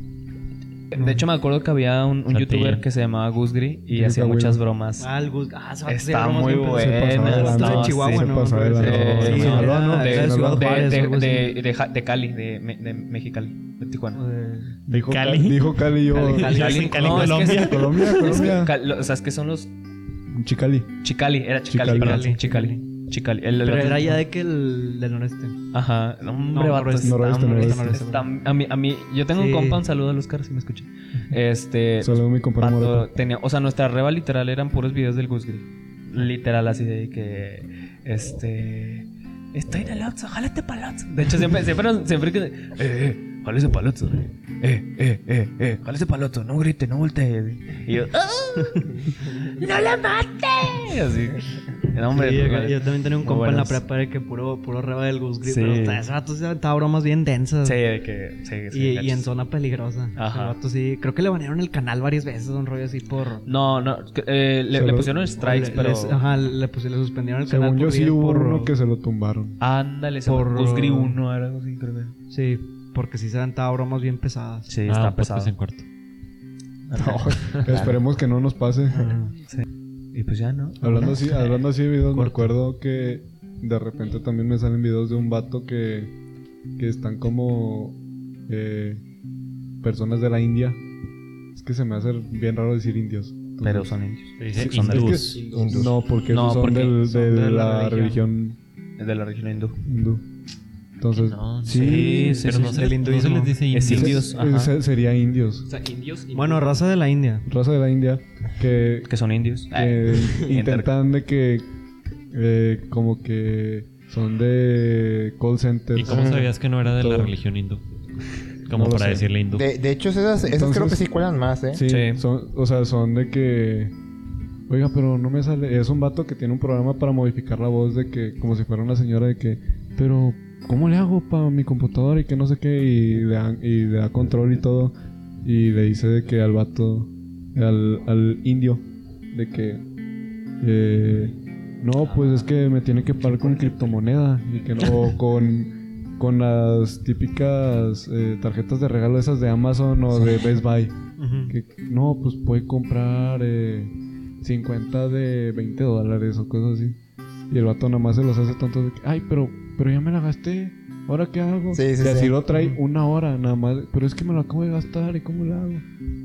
Speaker 1: De hecho, me acuerdo que había un, un
Speaker 2: Saltillo.
Speaker 1: youtuber que se llamaba Gusgri y
Speaker 3: Yuka
Speaker 1: hacía muchas
Speaker 3: Will.
Speaker 1: bromas.
Speaker 6: Ah, el Gus. Ah, se va a hacer
Speaker 1: Está
Speaker 6: bromas
Speaker 1: muy
Speaker 6: bien
Speaker 1: buena.
Speaker 6: pesadas.
Speaker 3: Se pasó
Speaker 6: Está
Speaker 3: de
Speaker 6: en
Speaker 3: lanza,
Speaker 6: Chihuahua,
Speaker 3: se
Speaker 6: ¿no?
Speaker 3: pasó de
Speaker 1: Sí,
Speaker 3: lanza.
Speaker 6: Pero-
Speaker 1: sí,
Speaker 6: Sí,
Speaker 1: no,
Speaker 6: era-
Speaker 3: ¿no?
Speaker 6: era
Speaker 1: de,
Speaker 6: de Ciudad
Speaker 1: de,
Speaker 6: Juárez,
Speaker 1: de-
Speaker 6: algo así.
Speaker 1: de- de Ja- de Cali, de, Me- de Mexicali, de Tijuana.
Speaker 6: O de-
Speaker 3: Dijo
Speaker 2: Cali.
Speaker 3: Cali. Dijo Cali yo.
Speaker 6: Cali, Cali.
Speaker 1: Cali,
Speaker 2: Cali,
Speaker 1: no, es que-
Speaker 2: Colombia.
Speaker 3: Colombia,
Speaker 1: es que
Speaker 3: Colombia.
Speaker 1: Cal- lo- o sea, es que son los
Speaker 3: Chicali.
Speaker 1: Chicali, era Chicali,
Speaker 3: Chicali.
Speaker 1: perdón, sí, Chicali. Chicali. El- el-
Speaker 6: Pero era ya de que el del noreste.
Speaker 1: Ajá, no, hombre,
Speaker 6: No,
Speaker 1: vato,
Speaker 6: noreste,
Speaker 1: está-
Speaker 3: noreste,
Speaker 1: hombre,
Speaker 3: noreste.
Speaker 1: está- está- a mí, a mí, yo tengo un
Speaker 6: Sí.
Speaker 1: compa, un saludo a los caras si me escucha. Este,
Speaker 3: Solo mi compañero
Speaker 1: vato,
Speaker 3: Morata.
Speaker 1: tenía, o sea, nuestra reba literal eran puros videos del Gus Gris. Literal, así de que, este, está en el Oxxo, jálate palots. De hecho, siempre, siempre, nos- siempre que, eh, eh, jálese palots, eh, eh, eh, eh, jálese palots, no grite, no voltee. Y yo, ¡ah! ¡No la mate! Así, no, hombre,
Speaker 6: Sí, yo,
Speaker 1: vale.
Speaker 6: yo también tenía un
Speaker 1: Muy
Speaker 6: compa en la
Speaker 1: buenos.
Speaker 6: prepa de que puro, puro reba del Gus Gris.
Speaker 1: Sí.
Speaker 6: Pero o sea, ese vato se aventaba bromas bien densas.
Speaker 1: Sí, de que, sí, sí,
Speaker 6: Mm. Y, y
Speaker 1: gachos.
Speaker 6: en zona peligrosa.
Speaker 1: Ajá.
Speaker 6: El vato sí. Creo que le banearon el canal varias veces, un rollo así por.
Speaker 1: No, no, que- eh, le, le
Speaker 3: Solo-
Speaker 1: pusieron strikes,
Speaker 6: le-
Speaker 1: pero.
Speaker 6: les- ajá, le, pues, le suspendieron el
Speaker 3: Según
Speaker 6: canal.
Speaker 3: yo
Speaker 6: por-
Speaker 3: sí hubo
Speaker 6: por-
Speaker 3: uno que se lo tumbaron.
Speaker 1: Ándale, se
Speaker 6: Por-
Speaker 1: Gus Gris 1 era algo así, creo que.
Speaker 6: Sí, porque sí se aventaba bromas bien pesadas.
Speaker 1: Sí,
Speaker 2: Ah,
Speaker 1: está
Speaker 2: un podcast
Speaker 1: pesado.
Speaker 2: en cuarto.
Speaker 3: Esperemos que no
Speaker 1: (laughs)
Speaker 3: nos pase.
Speaker 1: Y pues ya, ¿no?
Speaker 3: Hablando así, hablando así de videos, me acuerdo que de repente también me salen videos de un vato que, que están como eh, personas de la India. Es que se me hace bien raro decir indios. Entonces,
Speaker 1: Pero son indios.
Speaker 2: Se dice
Speaker 1: Sí, son de
Speaker 2: hindús.
Speaker 3: es que-
Speaker 4: Hindús.
Speaker 3: No, porque
Speaker 1: No,
Speaker 3: esos son,
Speaker 1: porque
Speaker 3: del-
Speaker 6: son
Speaker 3: de,
Speaker 6: de
Speaker 3: la,
Speaker 6: la
Speaker 3: religión
Speaker 1: De la región hindú.
Speaker 3: hindú. Entonces,
Speaker 2: No,
Speaker 1: Sí, sí,
Speaker 2: pero
Speaker 1: sí,
Speaker 2: no se,
Speaker 1: del
Speaker 2: les- no se
Speaker 1: hinduismo.
Speaker 2: les dice
Speaker 1: Es
Speaker 2: indios.
Speaker 1: indio.
Speaker 3: se-
Speaker 1: ajá.
Speaker 3: se- sería indios.
Speaker 5: O sea, indios. y-
Speaker 6: Bueno, raza de la India.
Speaker 3: Raza de la India que,
Speaker 1: Que son indios.
Speaker 3: que
Speaker 2: Pues,
Speaker 3: (laughs)
Speaker 2: (laughs)
Speaker 1: Ay,
Speaker 3: intentan de que eh, como que son de call centers.
Speaker 2: ¿Y cómo sabías que no era de la
Speaker 3: Todo.
Speaker 2: religión
Speaker 3: (laughs)
Speaker 2: hindú? Como
Speaker 3: No lo
Speaker 2: para
Speaker 3: sé.
Speaker 2: decirle hindú.
Speaker 4: De, de hecho, esas, esas creo que
Speaker 3: Entonces-
Speaker 4: sí cuelan más, ¿eh?
Speaker 3: Sí,
Speaker 1: Sí.
Speaker 3: Son, o sea, son de que. Oiga, pero no me sale. Es un vato que tiene un programa para modificar la voz de que, como si fuera una señora de que, pero, ¿cómo le hago para mi computadora y que no sé qué? Y le, dan- y le da control y todo. Y le dice de que al vato, al, al indio, de que, eh, no, pues es que me tiene que pagar con criptomoneda y que no con, con las típicas eh, tarjetas de regalo esas de Amazon o de Best Buy. Que, no, pues puede comprar eh, 50 de 20 dólares o cosas así. Y el vato nada más se los hace tontos de que, ay, pero, pero ya me la gasté. ¿Ahora qué hago?
Speaker 4: Sí, sí,
Speaker 3: y así
Speaker 4: sí.
Speaker 3: lo trae una hora nada más. Pero es que me lo acabo de gastar y cómo lo hago.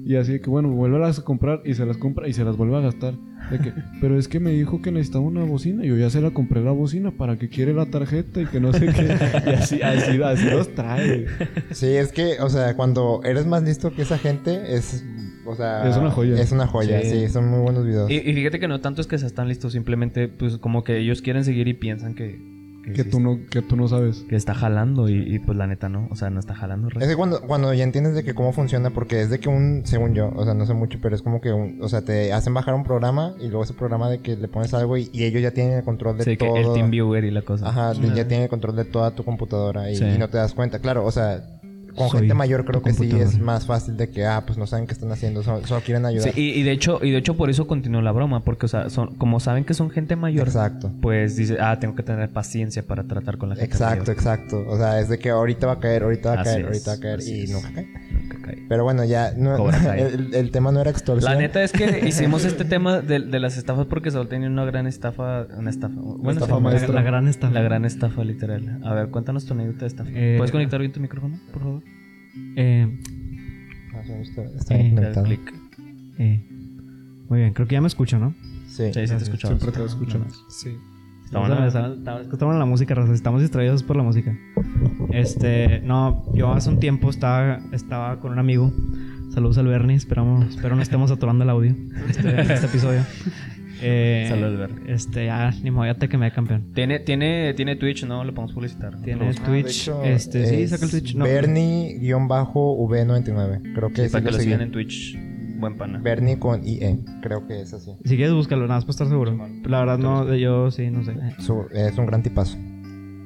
Speaker 3: Y así de que, bueno, vuelve a comprar y se las compra y se las vuelve a gastar. De que, pero es que me dijo que necesitaba una bocina. Yo ya se la compré la bocina para que quiere la tarjeta y que no sé qué. (laughs) Y así, así, así los trae.
Speaker 4: Sí, es que, o sea, cuando eres más listo que esa gente, es. O sea.
Speaker 3: Es una joya.
Speaker 4: Es una joya, sí,
Speaker 1: Sí.
Speaker 4: son muy buenos videos.
Speaker 1: Y, y fíjate que no tanto es que se están listos, simplemente pues como que ellos quieren seguir y piensan que... Que,
Speaker 3: Que
Speaker 1: sí
Speaker 3: tú no, que tú no sabes.
Speaker 1: que está jalando y, y, pues la neta no, o sea, no está jalando.
Speaker 4: Es
Speaker 1: ¿verdad?
Speaker 4: que cuando, cuando ya entiendes de que cómo funciona, porque es de que un, según yo, o sea, no sé mucho, pero es como que, un- o sea, te hacen bajar un programa y luego ese programa de que le pones algo y, y ellos ya tienen el control de
Speaker 1: Sí,
Speaker 4: todo.
Speaker 1: que el team viewer y la cosa.
Speaker 4: Ajá, de- ya tienen el control de toda tu computadora y,
Speaker 1: Sí.
Speaker 4: y no te das cuenta. Claro, o sea, con
Speaker 1: Soy
Speaker 4: gente mayor creo
Speaker 1: tu
Speaker 4: que sí es
Speaker 1: computadora.
Speaker 4: más fácil de que, ah, pues no saben qué están haciendo, solo, solo quieren ayudar.
Speaker 1: Sí, y, y de hecho, y de hecho por eso continuó la broma, porque o sea, son, como saben que son gente mayor,
Speaker 4: Exacto.
Speaker 1: pues dice, ah, tengo que tener paciencia para tratar con la gente
Speaker 4: Exacto,
Speaker 1: mayor".
Speaker 4: exacto. O sea, es de que ahorita va a caer, ahorita va a
Speaker 1: Así
Speaker 4: caer,
Speaker 1: es,
Speaker 4: ahorita va a caer
Speaker 1: así
Speaker 4: y
Speaker 1: es.
Speaker 4: nunca cae.
Speaker 1: Nunca cae.
Speaker 4: Pero bueno, ya no, (laughs)
Speaker 1: Cobra Kai.
Speaker 4: el, el tema no era extorsión.
Speaker 1: La neta es
Speaker 4: (laughs)
Speaker 1: que hicimos este tema de, de las estafas porque Saúl tenía una gran estafa, una estafa, bueno,
Speaker 3: estafa
Speaker 1: sí,
Speaker 3: maestra.
Speaker 6: La gran estafa.
Speaker 1: La gran estafa, literal. A ver, cuéntanos tu anécdota de estafa.
Speaker 6: Eh,
Speaker 1: ¿Puedes conectar bien tu micrófono, por favor?
Speaker 6: Eh,
Speaker 4: Ah, sí, está- está
Speaker 6: Eh,
Speaker 1: Dale
Speaker 4: conectado.
Speaker 1: clic.
Speaker 6: eh. Muy bien, creo que ya me escucho, ¿no?
Speaker 4: Sí.
Speaker 1: Sí, sí, te escuchamos.
Speaker 3: Siempre te escucho.
Speaker 5: Sí.
Speaker 1: Está
Speaker 6: Vamos a
Speaker 1: buena.
Speaker 6: empezar- ta- es que estamos en la música, raza, Estamos distraídos por la música. Este, no, yo hace un tiempo estaba, estaba con un amigo. Saludos al Bernie. Esperamos, espero no estemos saturando el audio este, en este episodio. Eh,
Speaker 1: (laughs) Saludos, Bernie.
Speaker 6: Este, ya, ni modo, ya te quemé, campeón.
Speaker 1: Tiene, tiene, tiene Twitch, no lo podemos publicitar.
Speaker 6: Tiene
Speaker 4: Ah, de
Speaker 6: Twitch.
Speaker 4: hecho,
Speaker 6: este, sí,
Speaker 4: es
Speaker 6: saca el Twitch. No,
Speaker 4: Bernie-V99. Creo que
Speaker 1: Sí,
Speaker 4: sí
Speaker 1: para que
Speaker 4: lo
Speaker 1: lo
Speaker 4: sigue.
Speaker 1: sigan en Twitch. Buen pana.
Speaker 4: Bernie con IE. Creo que es así.
Speaker 6: Si quieres, búscalo, nada más para estar seguro. La verdad, no, yo sí, no sé.
Speaker 4: Su- es un gran tipazo.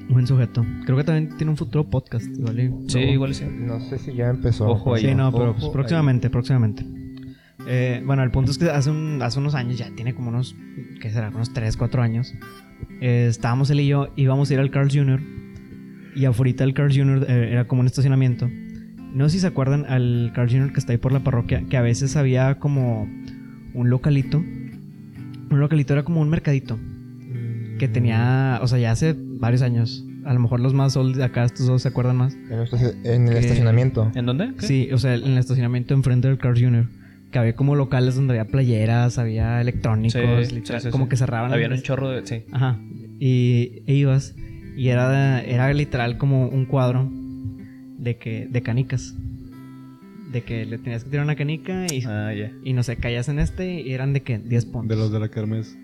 Speaker 6: Buen sujeto. Creo que también tiene un futuro podcast. Igual y-
Speaker 1: Sí,
Speaker 6: luego-
Speaker 1: igual sí.
Speaker 4: No sé si ya empezó.
Speaker 1: Ojo ahí.
Speaker 6: Sí, no, pero
Speaker 4: Ojo
Speaker 6: pues,
Speaker 4: ahí.
Speaker 6: próximamente, próximamente. Eh, bueno, el punto es que hace, un- hace unos años, ya tiene como unos, ¿qué será? Unos 3, 4 años. eh, estábamos él y yo, íbamos a ir al Carl Jr. Y afuera del Carl Jr. eh, era como un estacionamiento. No sé si se acuerdan al Carl Jr. que está ahí por la parroquia, que a veces había como un localito. Un localito era como un mercadito que tenía, o sea, ya hace varios años. A lo mejor los más old de acá, estos dos se acuerdan más.
Speaker 4: En, el estaci- en el
Speaker 6: Eh,
Speaker 4: estacionamiento.
Speaker 1: ¿En dónde? ¿Qué?
Speaker 6: Sí, o sea, en el estacionamiento enfrente del Carl Jr. Que había como locales donde había playeras, había electrónicos,
Speaker 1: Sí,
Speaker 6: literal,
Speaker 1: sí, sí,
Speaker 6: como
Speaker 1: sí.
Speaker 6: que cerraban.
Speaker 1: Había
Speaker 6: el-
Speaker 1: un chorro de. Sí.
Speaker 6: Ajá. Y e ibas y era, era literal como un cuadro de que de canicas. De que le tenías que tirar una canica y,
Speaker 1: Ah, ya.
Speaker 6: y no sé, caías en este y eran de que 10 puntos.
Speaker 3: De los de la Kermés.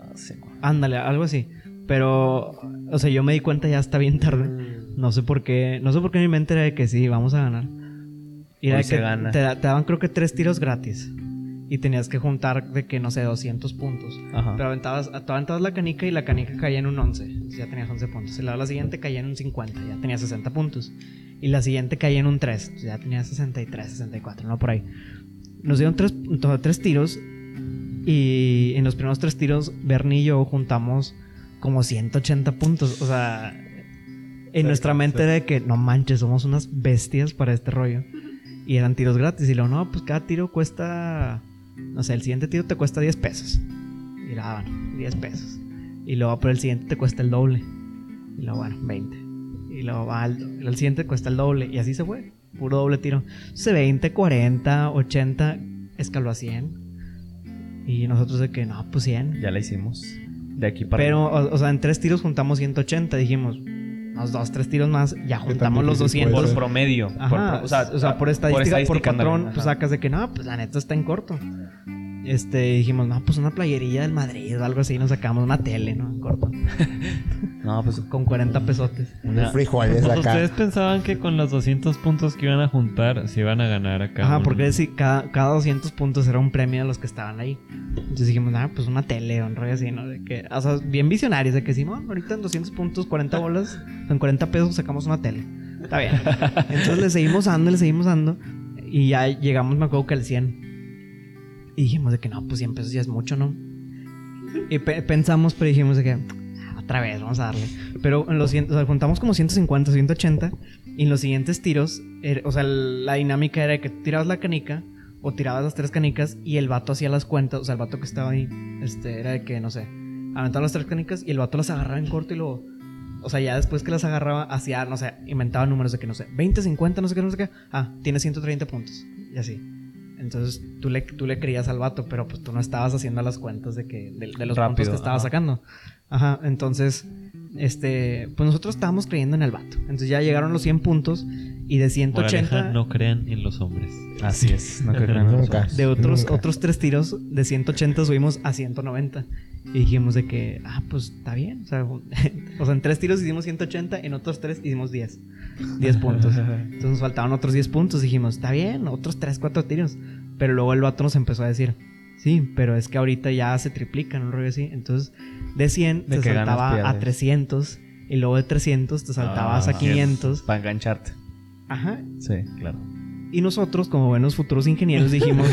Speaker 1: Ah, sí, güey.
Speaker 6: Ándale, algo así. Pero, o sea, yo me di cuenta ya está bien tarde. No sé por qué, no sé por qué mi mente era de que sí, vamos a ganar. Y era
Speaker 1: Hoy
Speaker 6: de
Speaker 1: se
Speaker 6: que
Speaker 1: gana.
Speaker 6: Te, da- te daban creo que tres tiros gratis. Y tenías que juntar de que, no sé, 200 puntos.
Speaker 1: Ajá.
Speaker 6: Pero aventabas, tú aventabas la canica y la canica caía en un 11. Entonces ya tenías 11 puntos. Y la, la siguiente caía en un 50, ya tenías 60 puntos. Y la siguiente caía en un 3, entonces ya tenías 63, 64, no por ahí. Nos dieron tres, to- tres tiros y en los primeros tres tiros Bernie y yo juntamos como 180 puntos. O sea, en nuestra mente era de que no manches, somos unas bestias para este rollo. Y eran tiros gratis. Y luego, no, pues cada tiro cuesta, no sé, el siguiente tiro te cuesta 10 pesos. Y la daban, 10 pesos. Y luego, "Ah, pero el siguiente te cuesta el doble. Y luego, bueno, 20. Y luego va al, el siguiente te cuesta el doble. Y así se fue. Puro doble tiro. Entonces 20, 40, 80, escaló a 100. Y nosotros de que no, pues 100.
Speaker 1: Ya la hicimos. De aquí para.
Speaker 6: Pero, o, o sea, en tres tiros juntamos 180. Dijimos, unos dos, tres tiros más. Ya juntamos los
Speaker 3: difícil puede
Speaker 6: 200.
Speaker 1: por
Speaker 3: ser?
Speaker 1: promedio.
Speaker 6: pues, Ajá,
Speaker 1: ah, por,
Speaker 6: o, sea, por estadística, por,
Speaker 1: ándale,
Speaker 6: patrón,
Speaker 1: ajá.
Speaker 6: pues sacas de que no, pues la neta está en corto. Este, dijimos, no, pues una playerilla del Madrid o algo así, nos sacamos una tele, ¿no? En corto,
Speaker 1: No, pues.
Speaker 6: con 40 pesotes.
Speaker 1: una-
Speaker 4: Frijoles
Speaker 2: ¿Ustedes
Speaker 4: acá.
Speaker 2: pensaban que con los 200 puntos que iban a juntar se iban a ganar acá?
Speaker 6: Ajá,
Speaker 2: un-
Speaker 6: porque si cada, cada 200 puntos era un premio de los que estaban ahí. Entonces dijimos, ah, pues una tele, un rollo así, ¿no? De que, o sea, bien visionarios, de que Simón, ahorita en 200 puntos, 40 bolas, con 40 pesos sacamos una tele. Está bien. Entonces le seguimos dando, le seguimos dando. Y ya llegamos, me acuerdo que al 100. Y dijimos de que no, pues 100 pesos ya es mucho, ¿no? Y pe- pensamos, pero dijimos de que "Ah, otra vez, vamos a darle. Pero en los cien- o sea, juntamos como 150, 180 y en los siguientes tiros, er- o sea, la dinámica era que tú tirabas la canica o tirabas las tres canicas y el vato hacía las cuentas, o sea, el vato que estaba ahí, este, era de que, no sé, aventaban las tres canicas y el vato las agarraba en corto y luego... O sea, ya después que las agarraba, hacía, no sé, inventaba números de que, no sé, 20, 50, no sé qué, no sé qué. Ah, tiene 130 puntos. Y así. Entonces tú le, tú le creías al vato, pero pues tú no estabas haciendo las cuentas de que de, de los puntos
Speaker 1: Rápido,
Speaker 6: que estaba
Speaker 1: ajá.
Speaker 6: sacando. Ajá, entonces, este, pues nosotros estábamos creyendo en el vato. Entonces ya llegaron los 100 puntos y de 180
Speaker 2: Moraleja, no crean en los hombres.
Speaker 1: Así es, no creo que no
Speaker 4: Nunca.
Speaker 1: somos.
Speaker 6: de otros
Speaker 4: Nunca.
Speaker 6: otros tres tiros de 180 subimos a 190 y dijimos de que ah, pues está bien, o sea, (laughs) o sea, en tres tiros hicimos 180, en otros tres hicimos 10.
Speaker 1: (laughs)
Speaker 6: 10 puntos. Entonces nos faltaban otros 10 puntos. Dijimos, está bien, otros 3, 4 tiros. Pero luego el vato nos empezó a decir, sí, pero es que ahorita ya se triplican, un rollo así. Entonces, de 100
Speaker 1: De
Speaker 6: te
Speaker 1: que ganas,
Speaker 6: saltaba a
Speaker 1: pierdes. Ah,
Speaker 6: 300. Y luego de 300 te saltabas a 500.
Speaker 1: Para engancharte.
Speaker 6: Ajá.
Speaker 1: Sí,
Speaker 6: (laughs)
Speaker 1: claro.
Speaker 6: Y nosotros, como buenos futuros
Speaker 1: (laughs)
Speaker 6: ingenieros, dijimos,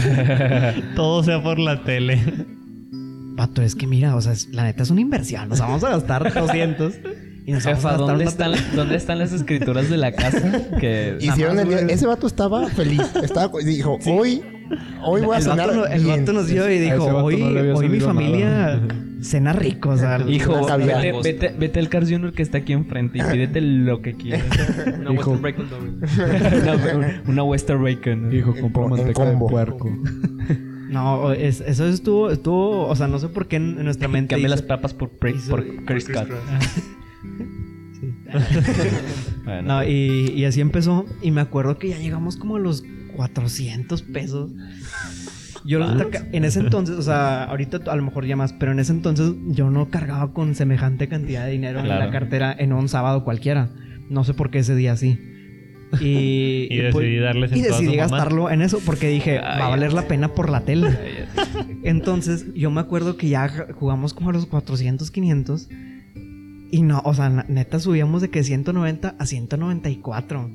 Speaker 2: Todo sea por la tele.
Speaker 6: vato, es que mira, o sea, es- la neta es una inversión. Nos vamos a
Speaker 3: (laughs)
Speaker 6: gastar 200. Y nos vamos
Speaker 1: Jefa,
Speaker 6: a gastar
Speaker 1: ¿dónde
Speaker 6: una-
Speaker 1: están, ¿dónde están las escrituras de la casa? (laughs) Que
Speaker 4: Hicieron
Speaker 6: Nada
Speaker 4: el
Speaker 6: más,
Speaker 4: día-
Speaker 6: güey.
Speaker 4: Ese vato estaba feliz. Estaba, co- y dijo, hoy, hoy voy a
Speaker 6: el
Speaker 4: cenar.
Speaker 6: vato, no- el
Speaker 4: bien".
Speaker 6: vato nos vio y
Speaker 3: ese
Speaker 6: dijo,
Speaker 3: vato
Speaker 6: hoy,
Speaker 3: no le había
Speaker 6: hoy mi
Speaker 3: salido
Speaker 6: familia
Speaker 3: (laughs) nada".
Speaker 6: cena rico, o sea,
Speaker 1: ah, Hijo,
Speaker 4: Una
Speaker 1: vete,
Speaker 4: caviar.
Speaker 1: vete, vete al Cars Junior que está aquí enfrente y pídete lo que quieras. (laughs)
Speaker 5: Una
Speaker 3: Hijo.
Speaker 5: Western Break con doble.
Speaker 1: una, una Western Bacon. ¿no?
Speaker 3: Hijo,
Speaker 4: En
Speaker 3: compra
Speaker 4: co- en
Speaker 3: manteca de
Speaker 4: combo.
Speaker 3: puerco.
Speaker 6: No, es- eso estuvo, estuvo, o sea, no sé por qué en en nuestra mente.
Speaker 1: Cambia
Speaker 6: hizo-
Speaker 1: las papas por, pre-
Speaker 6: hizo-
Speaker 1: por
Speaker 6: por
Speaker 1: Chris
Speaker 5: Chris
Speaker 1: Cut.
Speaker 5: Cross.
Speaker 1: Bueno,
Speaker 6: No, y, y así empezó. Y me acuerdo que ya llegamos como a los 400 pesos. Yo la neta ca- en ese entonces, o sea, ahorita a lo mejor ya más, pero en ese entonces yo no cargaba con semejante cantidad de dinero en
Speaker 1: Claro.
Speaker 6: la cartera en un sábado cualquiera. No sé por qué ese día sí.
Speaker 1: (laughs)
Speaker 6: Y,
Speaker 2: Y
Speaker 6: y pues-
Speaker 2: decidí darles en
Speaker 6: y
Speaker 2: toda su
Speaker 6: decidí
Speaker 2: mamá.
Speaker 6: gastarlo en eso porque dije,
Speaker 1: Ay,
Speaker 6: va a valer la pena por la tele.
Speaker 1: eh,
Speaker 6: Entonces, yo me acuerdo que ya j- jugamos como a los 400, 500. Y no, o sea, na- neta subíamos de que 190 a 194.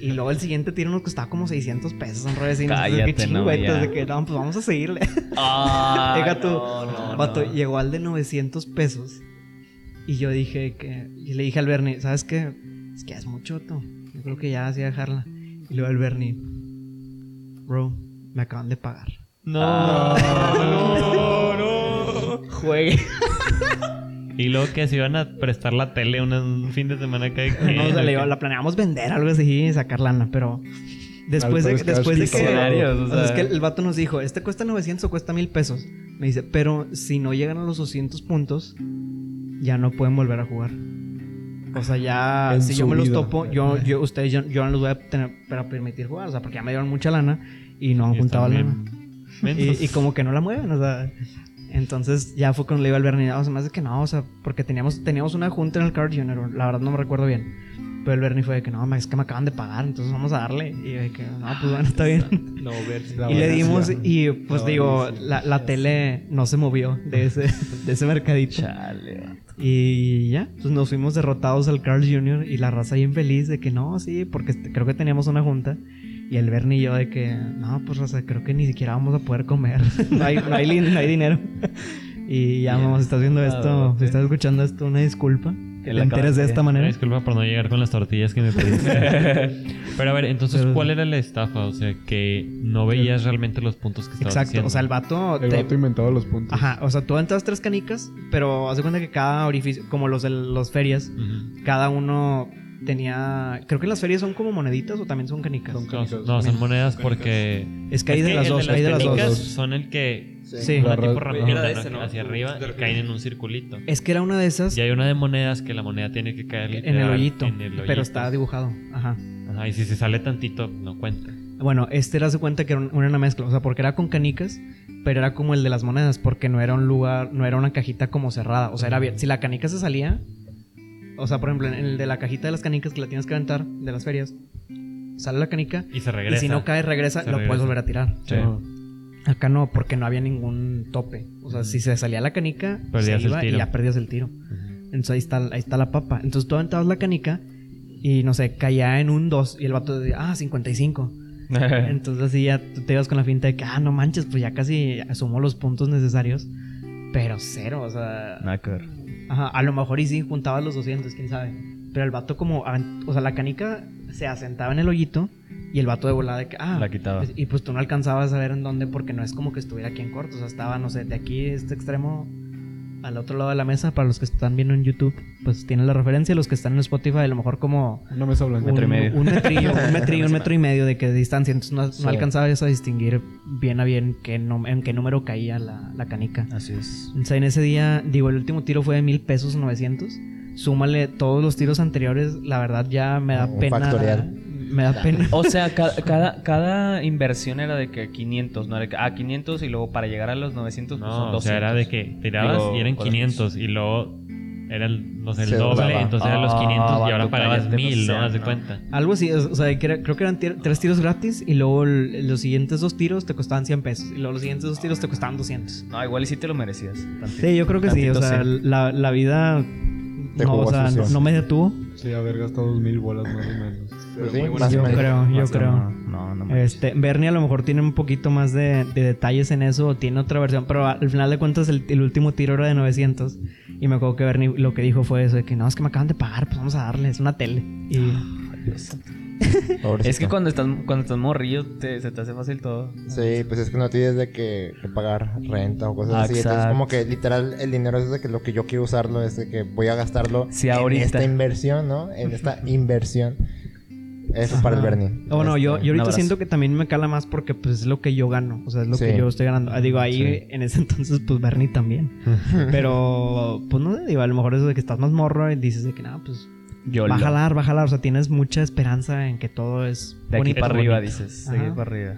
Speaker 6: Y luego el siguiente tiro nos costaba como 600 pesos. En redes
Speaker 1: Cállate,
Speaker 6: que
Speaker 1: no, ya.
Speaker 6: de que no, pues vamos a seguirle. (laughs)
Speaker 1: ah,
Speaker 6: Deja tú.
Speaker 1: no, no,
Speaker 6: Vato,
Speaker 1: no.
Speaker 6: llegó al de 900 pesos. Y yo dije que. Y le dije al Bernie, ¿sabes qué? Es que es mucho, vato. Yo creo que ya hacía dejarla. Y luego el Bernie, bro, me acaban
Speaker 1: (laughs)
Speaker 6: de pagar.
Speaker 2: No, no, no.
Speaker 6: Juegue.
Speaker 2: Y luego que se iban a prestar la tele una- un fin de semana cada quien,
Speaker 6: (laughs) No, o sea,
Speaker 2: ¿o
Speaker 6: le
Speaker 2: qué?
Speaker 6: iba- la planeamos vender, algo así, y sacar lana, pero después de,
Speaker 3: Altos cash
Speaker 6: después de que.
Speaker 1: millonarios, o
Speaker 6: o sea, es
Speaker 1: sea.
Speaker 6: que el vato nos dijo: Este cuesta 900 o cuesta 1000 pesos. Me dice: Pero si no llegan a los 200 puntos, ya no pueden volver a jugar. O sea, ya,
Speaker 3: En
Speaker 6: si
Speaker 3: su
Speaker 6: yo me los
Speaker 3: vida.
Speaker 6: topo, yo, yo, ustedes, yo, yo no los voy a tener para permitir jugar, o sea, porque ya me dieron mucha lana y no han
Speaker 2: Y
Speaker 6: juntado
Speaker 2: están bien
Speaker 6: lana.
Speaker 2: mensos.
Speaker 6: Y, y como que no la mueven, o sea. Entonces ya fue cuando le iba al Bernie, o sea, más de que no, o sea, porque teníamos, teníamos una junta en el Card Junior, la verdad no me recuerdo bien. Pero el Bernie fue de que no, ma, es que me acaban de pagar, entonces vamos a darle. Y yo de que no, pues bueno, está bien.
Speaker 5: No, Bernie.
Speaker 3: La
Speaker 6: Y le dimos,
Speaker 3: avaricia.
Speaker 6: y pues
Speaker 3: La
Speaker 6: digo,
Speaker 3: avaricia.
Speaker 6: la, la tele no se movió de ese, de ese mercadito.
Speaker 1: Chale, vato.
Speaker 6: Y ya, pues nos fuimos derrotados al Carl Jr. y la raza bien feliz de que no, sí, porque este- creo que teníamos una junta. Y el Bernie y yo de que, no, pues raza, creo que ni siquiera vamos a poder comer. (laughs) no, hay, no, hay, lin- no hay dinero. Y ya, mamá, si estás viendo esto, si estás escuchando esto, una disculpa.
Speaker 1: Que
Speaker 6: Que te
Speaker 1: la
Speaker 6: enteres
Speaker 1: acabas
Speaker 6: de
Speaker 1: de-
Speaker 6: esta
Speaker 2: Una
Speaker 6: manera.
Speaker 2: disculpa por no llegar con las tortillas que me
Speaker 6: (laughs)
Speaker 2: pediste. Pero a ver, entonces,
Speaker 6: Pero-
Speaker 2: ¿cuál era la estafa? O sea, que no veías realmente los puntos que estabas
Speaker 6: Exacto,
Speaker 2: haciendo.
Speaker 6: o sea, el vato...
Speaker 3: El
Speaker 6: te-
Speaker 3: vato inventaba los puntos.
Speaker 6: Ajá, o sea, tú entras tres canicas, pero haz de cuenta que cada orificio, como los de las ferias,
Speaker 2: Ujú.
Speaker 6: cada uno tenía... Creo que las ferias son como moneditas o también son canicas.
Speaker 3: Son
Speaker 2: No,
Speaker 3: canicas.
Speaker 2: no, son monedas porque...
Speaker 6: Es que hay
Speaker 2: Es
Speaker 6: de
Speaker 2: que
Speaker 6: las
Speaker 2: el
Speaker 6: dos, hay de las
Speaker 2: canicas
Speaker 6: dos.
Speaker 2: Son el que...
Speaker 6: Sí.
Speaker 2: Una
Speaker 3: La
Speaker 2: tipo
Speaker 3: ra-
Speaker 2: ramita,
Speaker 5: Era de
Speaker 2: ¿no?
Speaker 5: ese, ¿no?
Speaker 2: Hacia arriba y
Speaker 5: Te refieres.
Speaker 2: caen en un circulito.
Speaker 6: Es que era una de esas
Speaker 2: Y hay una de monedas que la moneda tiene que caer
Speaker 6: Pues, en el,
Speaker 2: literal
Speaker 6: hoyito,
Speaker 2: en el hoyito.
Speaker 6: pero está dibujado. Ajá.
Speaker 2: Ajá, y si se sale tantito, no cuenta.
Speaker 6: Bueno, este era de cuenta que era un- era una mezcla, o sea, porque era con canicas, pero era como el de las monedas, porque no era un lugar, no era una cajita como cerrada, o sea, era abierta. Si la canica se salía, o sea, por ejemplo, en el de la cajita de las canicas que la tienes que aventar de las ferias, sale la canica
Speaker 2: Y se regresa.
Speaker 6: y si no cae regresa,
Speaker 2: Se
Speaker 6: lo puedes
Speaker 2: regresa.
Speaker 6: volver a tirar.
Speaker 2: Sí.
Speaker 3: Ah,
Speaker 6: Acá no, porque no había ningún tope. O sea, si se salía la canica,
Speaker 2: Mm. Perdías
Speaker 6: se
Speaker 2: el
Speaker 6: iba
Speaker 2: tiro.
Speaker 6: y ya perdías el tiro.
Speaker 2: Ujú.
Speaker 6: Entonces ahí está, ahí está la papa. Entonces tú aventabas la canica y no sé, caía en un 2 y el vato decía, ah, 55.
Speaker 8: Eh.
Speaker 6: Entonces así ya tú te ibas con la finta de que, ah, no manches, pues ya casi asumo los puntos necesarios. Pero cero, o sea.
Speaker 8: Nada que ver.
Speaker 6: Ajá, a lo mejor y sí juntaba los 200, quién sabe. Pero el vato como, an- o sea, la canica se asentaba en el hoyito y el vato de volada de que, ah,
Speaker 8: La quitaba.
Speaker 6: pues- y pues tú no alcanzabas a ver en dónde porque no es como que estuviera aquí en corto, o sea, estaba, no sé, de aquí, este extremo, al otro lado de la mesa, para los que están viendo en YouTube, pues tienen la referencia, los que están en Spotify, a lo mejor como
Speaker 3: Una mesa blanca.
Speaker 8: Metro y
Speaker 6: un,
Speaker 8: medio.
Speaker 6: un metrillo, un metrillo, un metro y medio de que de distancia. Entonces no, no
Speaker 8: Sí.
Speaker 6: alcanzabas a distinguir bien a bien qué nom- en qué número caía la, la canica.
Speaker 8: Así es.
Speaker 6: O sea, en ese día, digo, el último tiro fue de mil pesos novecientos. Súmale todos los tiros anteriores, la verdad ya me da
Speaker 4: Un
Speaker 6: pena.
Speaker 4: factorial.
Speaker 6: Me da pena.
Speaker 1: O sea, ca- cada, cada inversión era de que 500, ¿no? Era que, ah, 500 y luego para llegar a los 900 pues, son
Speaker 2: No,
Speaker 1: 200.
Speaker 2: o sea, era de que tirabas
Speaker 1: Digo,
Speaker 2: y eran
Speaker 1: cuadrados.
Speaker 2: 500 y luego era el, no sé, el
Speaker 4: Se
Speaker 2: doble,
Speaker 4: doblaba.
Speaker 2: entonces eran los
Speaker 1: Ah,
Speaker 2: 500 y
Speaker 1: vato,
Speaker 2: ahora pagabas
Speaker 1: cállate, no
Speaker 4: pues,
Speaker 2: 1000, ¿no?
Speaker 1: seas,
Speaker 2: Haz de
Speaker 1: no.
Speaker 2: cuenta.
Speaker 6: Algo así, o o sea, que era- creo que eran tir- tres tiros gratis y luego el- los siguientes dos tiros te costaban 100 pesos y luego los siguientes dos tiros te costaban 200.
Speaker 1: No, igual y sí te lo merecías. tantito.
Speaker 6: Sí, yo creo que sí, o
Speaker 1: Tantito
Speaker 6: sea,
Speaker 1: sí.
Speaker 6: la, la vida no,
Speaker 4: jugó
Speaker 6: o sea,
Speaker 4: sucio.
Speaker 6: no- no me detuvo.
Speaker 3: Sí, haber gastado dos mil bolas más o menos.
Speaker 5: Pero
Speaker 4: Sí,
Speaker 5: muy buena
Speaker 4: más o
Speaker 6: Yo
Speaker 4: menos.
Speaker 6: creo, yo
Speaker 8: Más
Speaker 6: creo.
Speaker 8: No, no, no manches.
Speaker 6: Este, Bernie a lo mejor tiene un poquito más de, de detalles en eso, o tiene otra versión, pero al final de cuentas el, el último tiro era de 900 y me acuerdo que Bernie lo que dijo fue eso, de que no, es que me acaban de pagar, pues vamos a darles una tele. Y
Speaker 4: Pobrecito.
Speaker 1: Es que cuando estás, cuando estás morrillo te- se te hace fácil todo.
Speaker 4: Sí, pues es que no tienes de que, que pagar renta o cosas así. Entonces,
Speaker 1: Exacto.
Speaker 4: como que literal el dinero es de que lo que yo quiero usarlo es de que voy a gastarlo
Speaker 1: Sí,
Speaker 4: en
Speaker 1: ahorita.
Speaker 4: esta inversión, ¿no? En esta inversión. Eso es para el
Speaker 6: Ajá.
Speaker 4: Bernie.
Speaker 6: Ah, Bueno, yo,
Speaker 4: Este,
Speaker 6: yo
Speaker 1: un
Speaker 6: ahorita
Speaker 1: abrazo.
Speaker 6: siento que también me cala más porque pues es lo que yo gano, o sea, es lo
Speaker 4: Sí.
Speaker 6: que yo estoy ganando. Ah, Digo, ahí en ese (laughs) entonces pues Bernie también. Pero pues no sé, digo, a lo mejor eso de que estás más morro y dices de que nada, pues
Speaker 1: Yo
Speaker 6: va a jalar, va a jalar, o sea, tienes mucha esperanza en que todo es
Speaker 1: De aquí
Speaker 6: bonito.
Speaker 1: para arriba,
Speaker 6: Bonito.
Speaker 1: dices. De aquí
Speaker 6: Ajá.
Speaker 1: para arriba.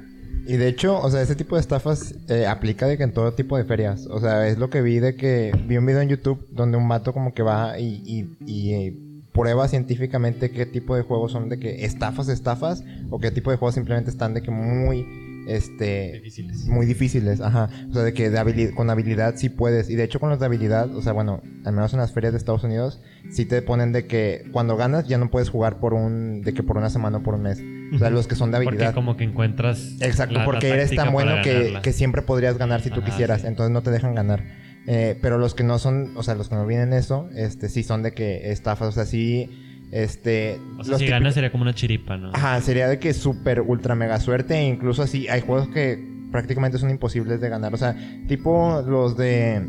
Speaker 4: Y de hecho, o sea, ese tipo de estafas eh, aplica de que en todo tipo de ferias. O sea, es lo que vi de que vi un video en YouTube donde un vato como que va y, y- y, eh, prueba científicamente qué tipo de juegos son de que estafas, estafas, o qué tipo de juegos simplemente están de que muy, este,
Speaker 2: Difíciles.
Speaker 4: muy difíciles, ajá. O sea, de que de habili- con habilidad sí puedes. Y de hecho con los de habilidad, o sea, bueno, al menos en las ferias de Estados Unidos, sí te ponen de que cuando ganas ya no puedes jugar por un, de que por una semana o por un mes. O sea, los que son de
Speaker 2: Porque
Speaker 4: habilidad.
Speaker 2: como que encuentras.
Speaker 4: Exacto,
Speaker 2: la- la
Speaker 4: porque eres
Speaker 2: táctica
Speaker 4: tan bueno
Speaker 2: para
Speaker 4: que,
Speaker 2: ganarla.
Speaker 4: que siempre podrías ganar si tú
Speaker 2: Ajá,
Speaker 4: quisieras,
Speaker 2: sí.
Speaker 4: entonces no te dejan ganar. Eh, pero los que no son, o sea, los que no vienen eso, este, sí son de que estafas, o sea, sí, este...
Speaker 2: O sea,
Speaker 4: los
Speaker 2: si
Speaker 4: típicos-
Speaker 2: ganas sería como una chiripa, ¿no?
Speaker 4: Ajá, sería de que super ultra mega suerte e incluso así hay juegos que prácticamente son imposibles de ganar, o sea, tipo los de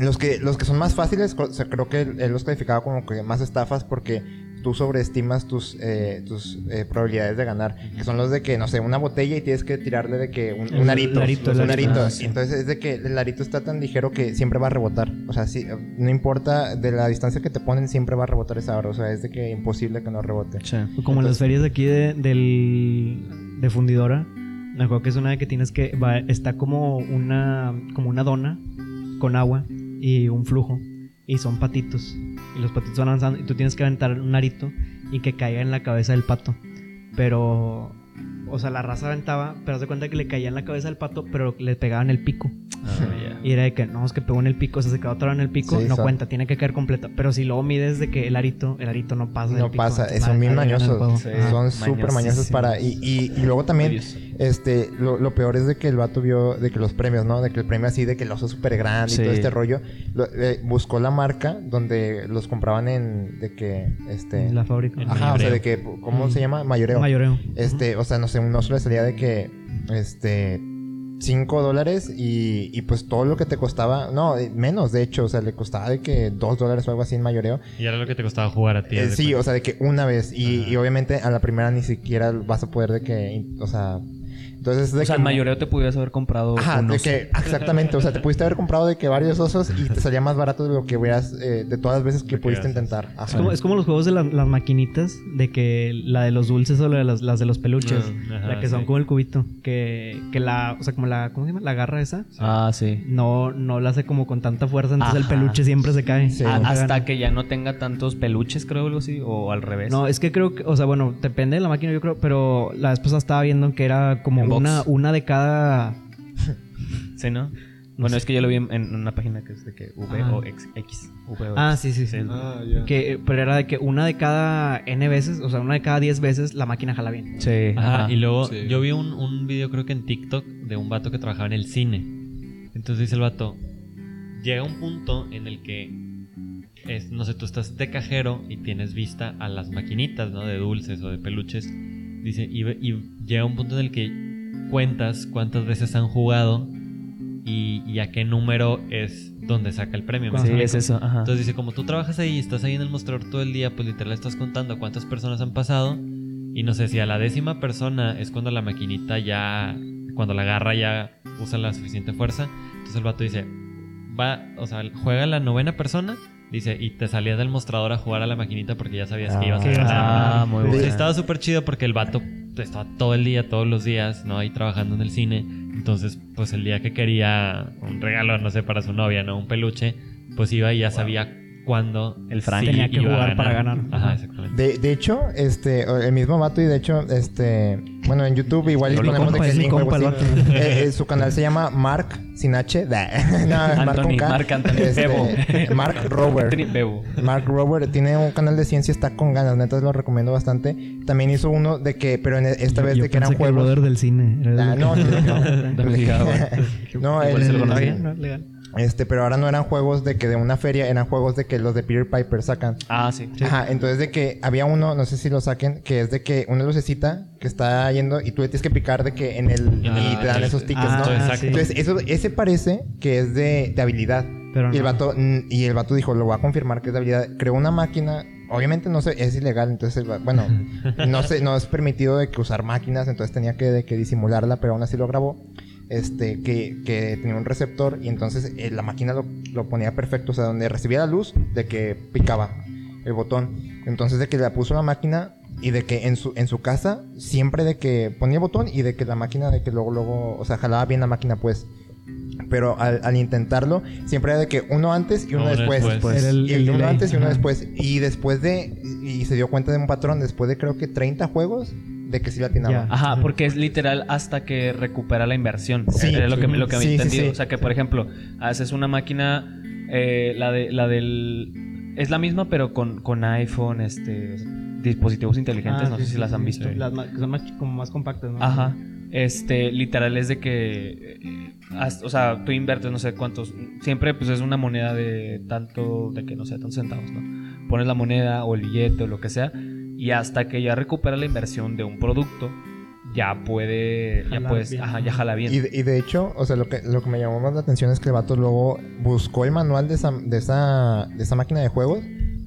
Speaker 4: los que los que son más fáciles, o sea, creo que él los calificaba como que más estafas porque tú sobreestimas tus eh, tus eh, probabilidades de ganar, que son los de que no sé, una botella y tienes que tirarle de que un, un arito,
Speaker 6: arito,
Speaker 4: un
Speaker 6: el arito.
Speaker 4: arito.
Speaker 6: Ah, sí.
Speaker 4: Entonces es de que el arito está tan ligero que siempre va a rebotar, o sea, sí, no importa de la distancia que te ponen siempre va a rebotar esa hora, o sea, es de que imposible que no rebote.
Speaker 6: Como en las
Speaker 4: Entonces-
Speaker 6: ferias de aquí de, del, de fundidora. Me acuerdo que es una de que tienes que... va- está como una, como una dona con agua y un flujo. Y son patitos. Y los patitos van avanzando. Y tú tienes que aventar un arito y que caiga en la cabeza del pato. Pero... O sea, la raza aventaba, pero se cuenta que le caía en la cabeza del pato, pero le pegaban el pico.
Speaker 2: Ah,
Speaker 6: Y era de que, no, es que pegó en el pico, o sea, se quedó atorado en el pico,
Speaker 4: Sí,
Speaker 6: no
Speaker 4: son-
Speaker 6: cuenta, tiene que caer completo. Pero si luego mides de que el arito, el arito no pasa. del
Speaker 4: No
Speaker 6: pico,
Speaker 4: pasa,
Speaker 6: entonces,
Speaker 4: son
Speaker 6: nada,
Speaker 4: bien
Speaker 6: ahí gana el juego.
Speaker 4: mañosos.
Speaker 1: Sí.
Speaker 6: Ajá.
Speaker 4: Son súper mañosos para. Y, y, y luego también,
Speaker 1: Curioso.
Speaker 4: este, lo, lo peor es de que el vato vio de que los premios, ¿no? De que el premio así, de que el oso súper grande y
Speaker 8: Sí.
Speaker 4: todo este rollo. Lo- eh, buscó la marca donde los compraban en. de que. este.
Speaker 6: La fábrica.
Speaker 2: En
Speaker 4: ajá, o sea,
Speaker 2: mayoreo.
Speaker 4: de que. ¿Cómo
Speaker 6: Mm.
Speaker 4: se llama? Mayoreo.
Speaker 6: Mayoreo.
Speaker 4: Este, o sea, no sé, un oso le salía de que, este, 5 dólares y, y pues todo lo que te costaba, no, eh, menos de hecho, o sea, le costaba de que 2 dólares o algo así en mayoreo.
Speaker 2: Y era lo que te costaba jugar a ti.
Speaker 4: Eh,
Speaker 2: haz de
Speaker 4: sí,
Speaker 2: cuenta.
Speaker 4: o sea, de que una vez y,
Speaker 2: Ajá.
Speaker 4: y obviamente a la primera ni siquiera vas a poder de que, in- o sea, entonces de
Speaker 1: O sea,
Speaker 4: que
Speaker 1: el mayoreo te pudieras haber comprado
Speaker 4: Ajá,
Speaker 1: un
Speaker 4: de
Speaker 1: oso.
Speaker 4: que, exactamente, o sea, te pudiste haber comprado de que varios osos y te salía más barato de lo que hubieras, eh, de todas las veces que
Speaker 2: Lo que
Speaker 4: pudiste
Speaker 2: haces.
Speaker 4: intentar.
Speaker 6: Es
Speaker 4: Ajá.
Speaker 6: como, es como los juegos de la- las maquinitas, de que la de los dulces o la de las, las de los peluches.
Speaker 2: Ah, ajá,
Speaker 6: la que son
Speaker 2: sí.
Speaker 6: como el cubito. Que, que la, o sea, como la, ¿cómo se llama? La garra esa.
Speaker 1: Ah, sí.
Speaker 6: No, no la hace como con tanta fuerza, entonces
Speaker 1: Ajá.
Speaker 6: el peluche siempre se cae.
Speaker 4: Sí.
Speaker 1: Ah,
Speaker 6: Nunca gana.
Speaker 1: hasta que ya no tenga tantos peluches, creo, algo así, o al revés.
Speaker 6: No, es que creo que, o sea, bueno, depende de la máquina, yo creo, pero la esposa estaba viendo que era como
Speaker 1: En box.
Speaker 6: una, una de cada.
Speaker 1: ¿Sí, no? Bueno, es que yo lo vi en, en una página que es de que V
Speaker 6: Ah.
Speaker 1: o X. X v o
Speaker 6: Ah,
Speaker 1: X.
Speaker 6: sí, sí, sí.
Speaker 1: Sí.
Speaker 3: Ah, ya.
Speaker 6: Que, pero era de que una de cada N veces, o sea, una de cada 10 veces la máquina jala bien.
Speaker 1: Sí.
Speaker 2: Ajá, y luego
Speaker 5: Sí.
Speaker 2: yo vi un, un video creo que en TikTok de un vato que trabajaba en el cine. Entonces dice el vato, llega un punto en el que, es, no sé, tú estás de cajero y tienes vista a las maquinitas, ¿no? De dulces o de peluches. Dice, y, ve- y llega un punto en el que cuentas cuántas veces han jugado y, y a qué número es donde saca el premio. ¿me
Speaker 1: Sí,
Speaker 2: explico?
Speaker 1: es eso. Ajá.
Speaker 2: Entonces dice, como tú trabajas ahí, estás ahí en el mostrador todo el día, pues literal estás contando cuántas personas han pasado. Y no sé si a la décima persona es cuando la maquinita ya, cuando la agarra ya usa la suficiente fuerza. Entonces el vato dice, va, o sea, juega la novena persona, dice, y te salías del mostrador a jugar a la maquinita porque ya sabías que ibas a
Speaker 4: Ah,
Speaker 2: ganar.
Speaker 1: ah, muy
Speaker 2: Entonces,
Speaker 1: bueno.
Speaker 2: Estaba súper chido porque el vato estaba todo el día, todos los días, ¿no? Ahí trabajando en el cine. Entonces, pues el día que quería un regalo, no sé, para su novia, ¿no? Un peluche, pues iba y ya sabía cuándo
Speaker 1: El Frank.
Speaker 6: Tenía que
Speaker 2: iba a
Speaker 6: jugar para ganar.
Speaker 2: Ajá, exactamente.
Speaker 4: De, de hecho, este, o- el mismo vato y de hecho, este, bueno, en YouTube igual y
Speaker 1: Yo lo
Speaker 4: ponemos de
Speaker 1: compa,
Speaker 4: que
Speaker 1: es mi
Speaker 4: link o algo
Speaker 1: compa el
Speaker 4: así. Eh, eh, su canal se llama Mark sin H. (laughs) da. No, Mark con
Speaker 1: Anthony,
Speaker 4: K.
Speaker 1: Mark Anthony. Bebo. (laughs)
Speaker 4: Este, Mark Rover.
Speaker 1: Tri- Bebo.
Speaker 4: Mark Rover tiene un canal de ciencia, está con ganas, neta lo recomiendo bastante. También hizo uno de que, pero en- e, esta vez de que eran
Speaker 6: el
Speaker 4: juegos.
Speaker 6: brother del cine. era el
Speaker 4: Ah,
Speaker 6: que-
Speaker 4: no, no, no.
Speaker 1: Complicado, güey.
Speaker 4: No,
Speaker 1: Igual
Speaker 4: el-
Speaker 1: se lo
Speaker 6: Está
Speaker 1: conocía.
Speaker 6: bien, ¿no? Legal.
Speaker 4: este, pero ahora no eran juegos de que de una feria, eran juegos de que los de Peter Piper sacan.
Speaker 1: Ah, sí.
Speaker 4: Ajá, entonces de que había uno, no sé si lo saquen, que es de que una lucecita que está yendo y tú le tienes que picar de que en el...
Speaker 2: En el-
Speaker 4: y te dan
Speaker 2: en el-
Speaker 4: esos tickets,
Speaker 6: ah,
Speaker 4: ¿no?
Speaker 2: exacto.
Speaker 4: Entonces eso, ese parece que es de, de habilidad.
Speaker 6: Pero
Speaker 4: y, el
Speaker 6: no.
Speaker 4: vato, mm, y el vato dijo, lo voy a confirmar que es de habilidad. Creó una máquina, obviamente no sé, es ilegal, entonces, el va-
Speaker 6: (laughs)
Speaker 4: bueno, no sé, no es permitido de que usar máquinas, entonces tenía que, de que disimularla, pero aún así lo grabó. Este, que, que tenía un receptor y entonces eh, la máquina lo, lo ponía perfecto, o sea, donde recibía la luz, de que picaba el botón. Entonces de que la puso la máquina y de que en su, en su casa siempre de que ponía el botón y de que la máquina de que luego, luego, o sea, jalaba bien la máquina pues. Pero al, al intentarlo, siempre era de que uno antes y uno,
Speaker 2: Uno
Speaker 4: después.
Speaker 2: después. Pues,
Speaker 6: Era
Speaker 4: Y uno
Speaker 6: delay.
Speaker 4: antes y uno
Speaker 6: Ajá.
Speaker 4: después. Y después de. Y se dio cuenta de un patrón después de creo que 30 juegos de que sí latinaba.
Speaker 6: Ya.
Speaker 1: Ajá, porque es literal hasta que recupera la inversión.
Speaker 4: Sí.
Speaker 1: Era lo que, me- lo que había
Speaker 4: Sí, sí,
Speaker 1: entendido.
Speaker 4: sí.
Speaker 1: O sea, que por ejemplo, haces una máquina, eh, la, de, la del... Es la misma, pero con, con iPhone, este, dispositivos inteligentes,
Speaker 6: Ah,
Speaker 1: no
Speaker 6: sí,
Speaker 1: sé si
Speaker 6: sí,
Speaker 1: las han
Speaker 6: sí,
Speaker 1: visto.
Speaker 6: Las ma- que son más, como más compactas, ¿no?
Speaker 1: Ajá. Este, literal es de que. eh, haz- o sea, tú invertes no sé cuántos. Siempre pues es una moneda de tanto. De que no sé, tantos centavos, ¿no? Pones la moneda o el billete o lo que sea. Y hasta que ya recupera la inversión de un producto, ya puede. ya
Speaker 6: Jalar
Speaker 1: puedes.
Speaker 6: bien.
Speaker 1: Ajá, ya jala bien.
Speaker 4: Y, de- y de hecho, o sea, lo que, lo que me llamó más la atención es que el vato luego buscó el manual de esa, de esa, de esa máquina de juegos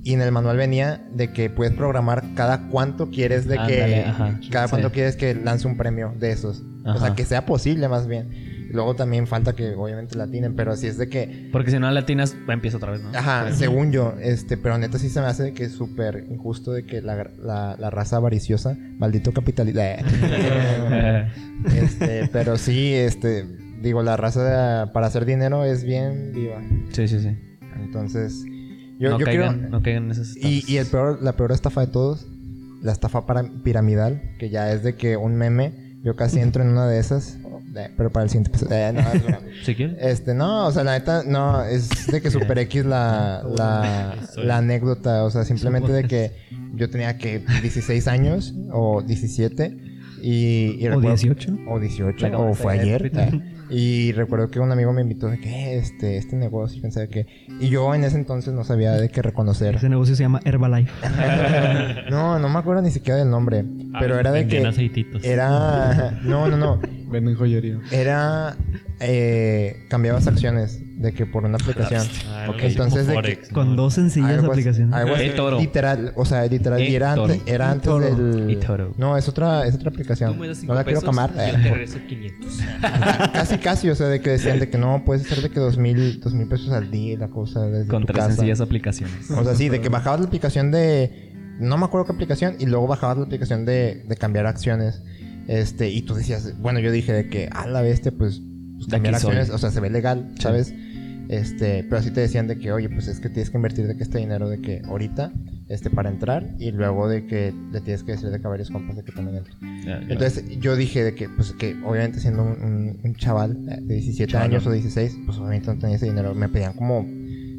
Speaker 4: y en el manual venía de que puedes programar cada cuánto quieres de
Speaker 1: Ándale,
Speaker 4: que...
Speaker 1: ajá.
Speaker 4: Cada
Speaker 1: Sí.
Speaker 4: cuánto quieres que lance un premio de esos. O
Speaker 1: Ajá.
Speaker 4: sea, que sea posible más bien. Luego también falta que obviamente latinen, pero así es de que...
Speaker 1: Porque si no la atinas, empieza otra vez, ¿no?
Speaker 4: Ajá, según yo, este, pero neta sí se me hace de que es súper injusto de que la, la, la raza avariciosa, maldito (laughs) capitalidad.
Speaker 1: Eh,
Speaker 4: Este, (laughs) pero sí, este, digo, la raza de- para hacer dinero es bien viva.
Speaker 1: sí, sí, sí.
Speaker 4: Entonces, yo,
Speaker 1: no,
Speaker 4: yo creo...
Speaker 1: caigan, no caigan en esas.
Speaker 4: Y,
Speaker 1: estafas.
Speaker 4: y el peor, la peor estafa de todos, la estafa para- piramidal, que ya es de que un meme,
Speaker 1: (laughs)
Speaker 4: yo casi entro en una de esas, eh, pero para el siguiente episodio. eh, no, es broma.
Speaker 1: Si quieres.
Speaker 4: Este, no, o sea, la neta, no, es de que
Speaker 2: (laughs)
Speaker 4: super X la, la, la anécdota, o sea, simplemente de que yo tenía que 16 años o 17 y... y
Speaker 6: O
Speaker 4: recuerdo-
Speaker 6: 18.
Speaker 4: o 18,
Speaker 1: Pero
Speaker 4: o
Speaker 1: está
Speaker 4: fue
Speaker 1: bien,
Speaker 4: ayer.
Speaker 1: ahorita.
Speaker 4: Y recuerdo que un amigo me invitó de que este, este negocio, quién sabe qué. Y yo en ese entonces no sabía de
Speaker 2: (laughs)
Speaker 4: qué reconocer.
Speaker 6: Ese negocio se llama Herbalife.
Speaker 4: Ah, No, no me acuerdo ni siquiera del nombre. Pero era de
Speaker 2: Ah, Vendían
Speaker 4: que.
Speaker 2: aceititos.
Speaker 4: Era. No, no, no.
Speaker 3: Venden joyería.
Speaker 4: Era. eh, cambiabas acciones de que por una aplicación.
Speaker 2: Ah, era
Speaker 4: Ok,
Speaker 2: algo
Speaker 4: entonces
Speaker 2: como
Speaker 4: de
Speaker 2: Forex,
Speaker 6: Con
Speaker 2: ¿no?
Speaker 6: dos sencillas
Speaker 4: Algo así-
Speaker 6: aplicaciones.
Speaker 4: algo así,
Speaker 1: Eh, Toro.
Speaker 4: Literal, o sea, literal.
Speaker 1: Eh,
Speaker 4: Y era antes,
Speaker 1: Toro.
Speaker 4: era antes
Speaker 6: Toro.
Speaker 4: del.
Speaker 1: Y Toro.
Speaker 4: No, es otra, es otra aplicación.
Speaker 5: Tú me das
Speaker 4: No
Speaker 5: cinco
Speaker 4: la quiero
Speaker 1: (laughs)
Speaker 5: pesos,
Speaker 4: camar. (laughs)
Speaker 5: yo te regreso 500.
Speaker 4: casi, casi, o sea, de que decían de que no, puedes hacer de que dos mil, dos mil pesos al día, la cosa, desde
Speaker 1: Con
Speaker 4: tu
Speaker 1: tres
Speaker 4: casa.
Speaker 1: sencillas aplicaciones.
Speaker 4: O sea, sí, de que bajabas la aplicación de, no me acuerdo qué aplicación, y luego bajabas la aplicación de, de cambiar acciones, este, y tú decías, bueno, yo dije de que a la bestia, pues, pues,
Speaker 1: De
Speaker 4: cambiar
Speaker 1: aquí soy.
Speaker 4: acciones, o sea, se ve legal, ¿sabes? Este, pero así te decían de que, oye, pues es que tienes que invertir de que este dinero de que ahorita, este, para entrar, y luego de que le tienes que decir de que a varios compas de que también entren.
Speaker 1: Ya, ya.
Speaker 4: Entonces yo dije de que, pues que obviamente siendo un, un- un chaval eh, de 17 años o 16, pues obviamente no tenía ese dinero. Me pedían como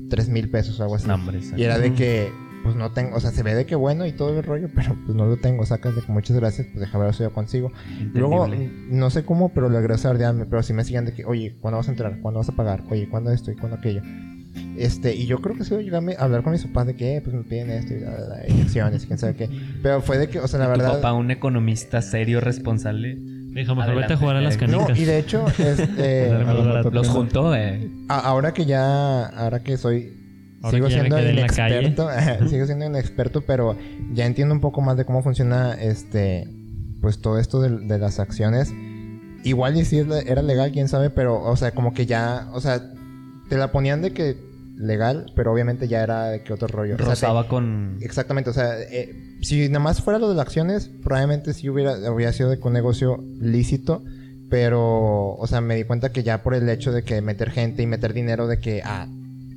Speaker 4: 3 mil pesos o algo así.
Speaker 1: No, hombre, esa-
Speaker 4: Y era de que, pues no tengo, o sea, se ve de que bueno y todo el rollo, pero pues no lo tengo, sacas de que muchas gracias, pues deja ver eso yo consigo. Luego, no sé cómo, pero le agradezco ardearme, pero si me siguen de que, oye, ¿cuándo vas a entrar? ¿Cuándo vas a pagar? Oye, ¿cuándo esto y cuándo aquello? Este, y yo creo que sí voy a llegar a hablar con mis papás de que, eh, pues me piden esto y la, la, la, inyecciones y quién sabe qué. Pero fue de que, o sea, la
Speaker 1: Tu
Speaker 4: verdad...
Speaker 1: papá, un economista serio, responsable.
Speaker 2: Déjame,
Speaker 1: Adelante,
Speaker 2: vete a jugar a las
Speaker 1: eh.
Speaker 4: No,
Speaker 2: canicas.
Speaker 4: y
Speaker 1: (laughs)
Speaker 4: de hecho, este,
Speaker 2: Los juntó,
Speaker 1: Los juntó, eh.
Speaker 4: a- ahora que ya, ahora que soy,
Speaker 2: Ahora
Speaker 4: sigo
Speaker 2: que ya me
Speaker 4: siendo
Speaker 2: quedé en la (laughs)
Speaker 4: inexperto, sigo siendo inexperto, pero ya entiendo un poco más de cómo funciona, este, pues todo esto de, de las acciones. Igual y si es le- era legal, quién sabe, pero, o sea, como que ya, o sea, te la ponían de que legal, pero obviamente ya era de que otro rollo. O sea, te-
Speaker 1: Rozaba con.
Speaker 4: Exactamente, o sea, eh, si nada más fuera lo de las acciones, probablemente sí hubiera, hubiera sido de que un negocio lícito, pero, o sea, me di cuenta que ya por el hecho de que meter gente y meter dinero de que a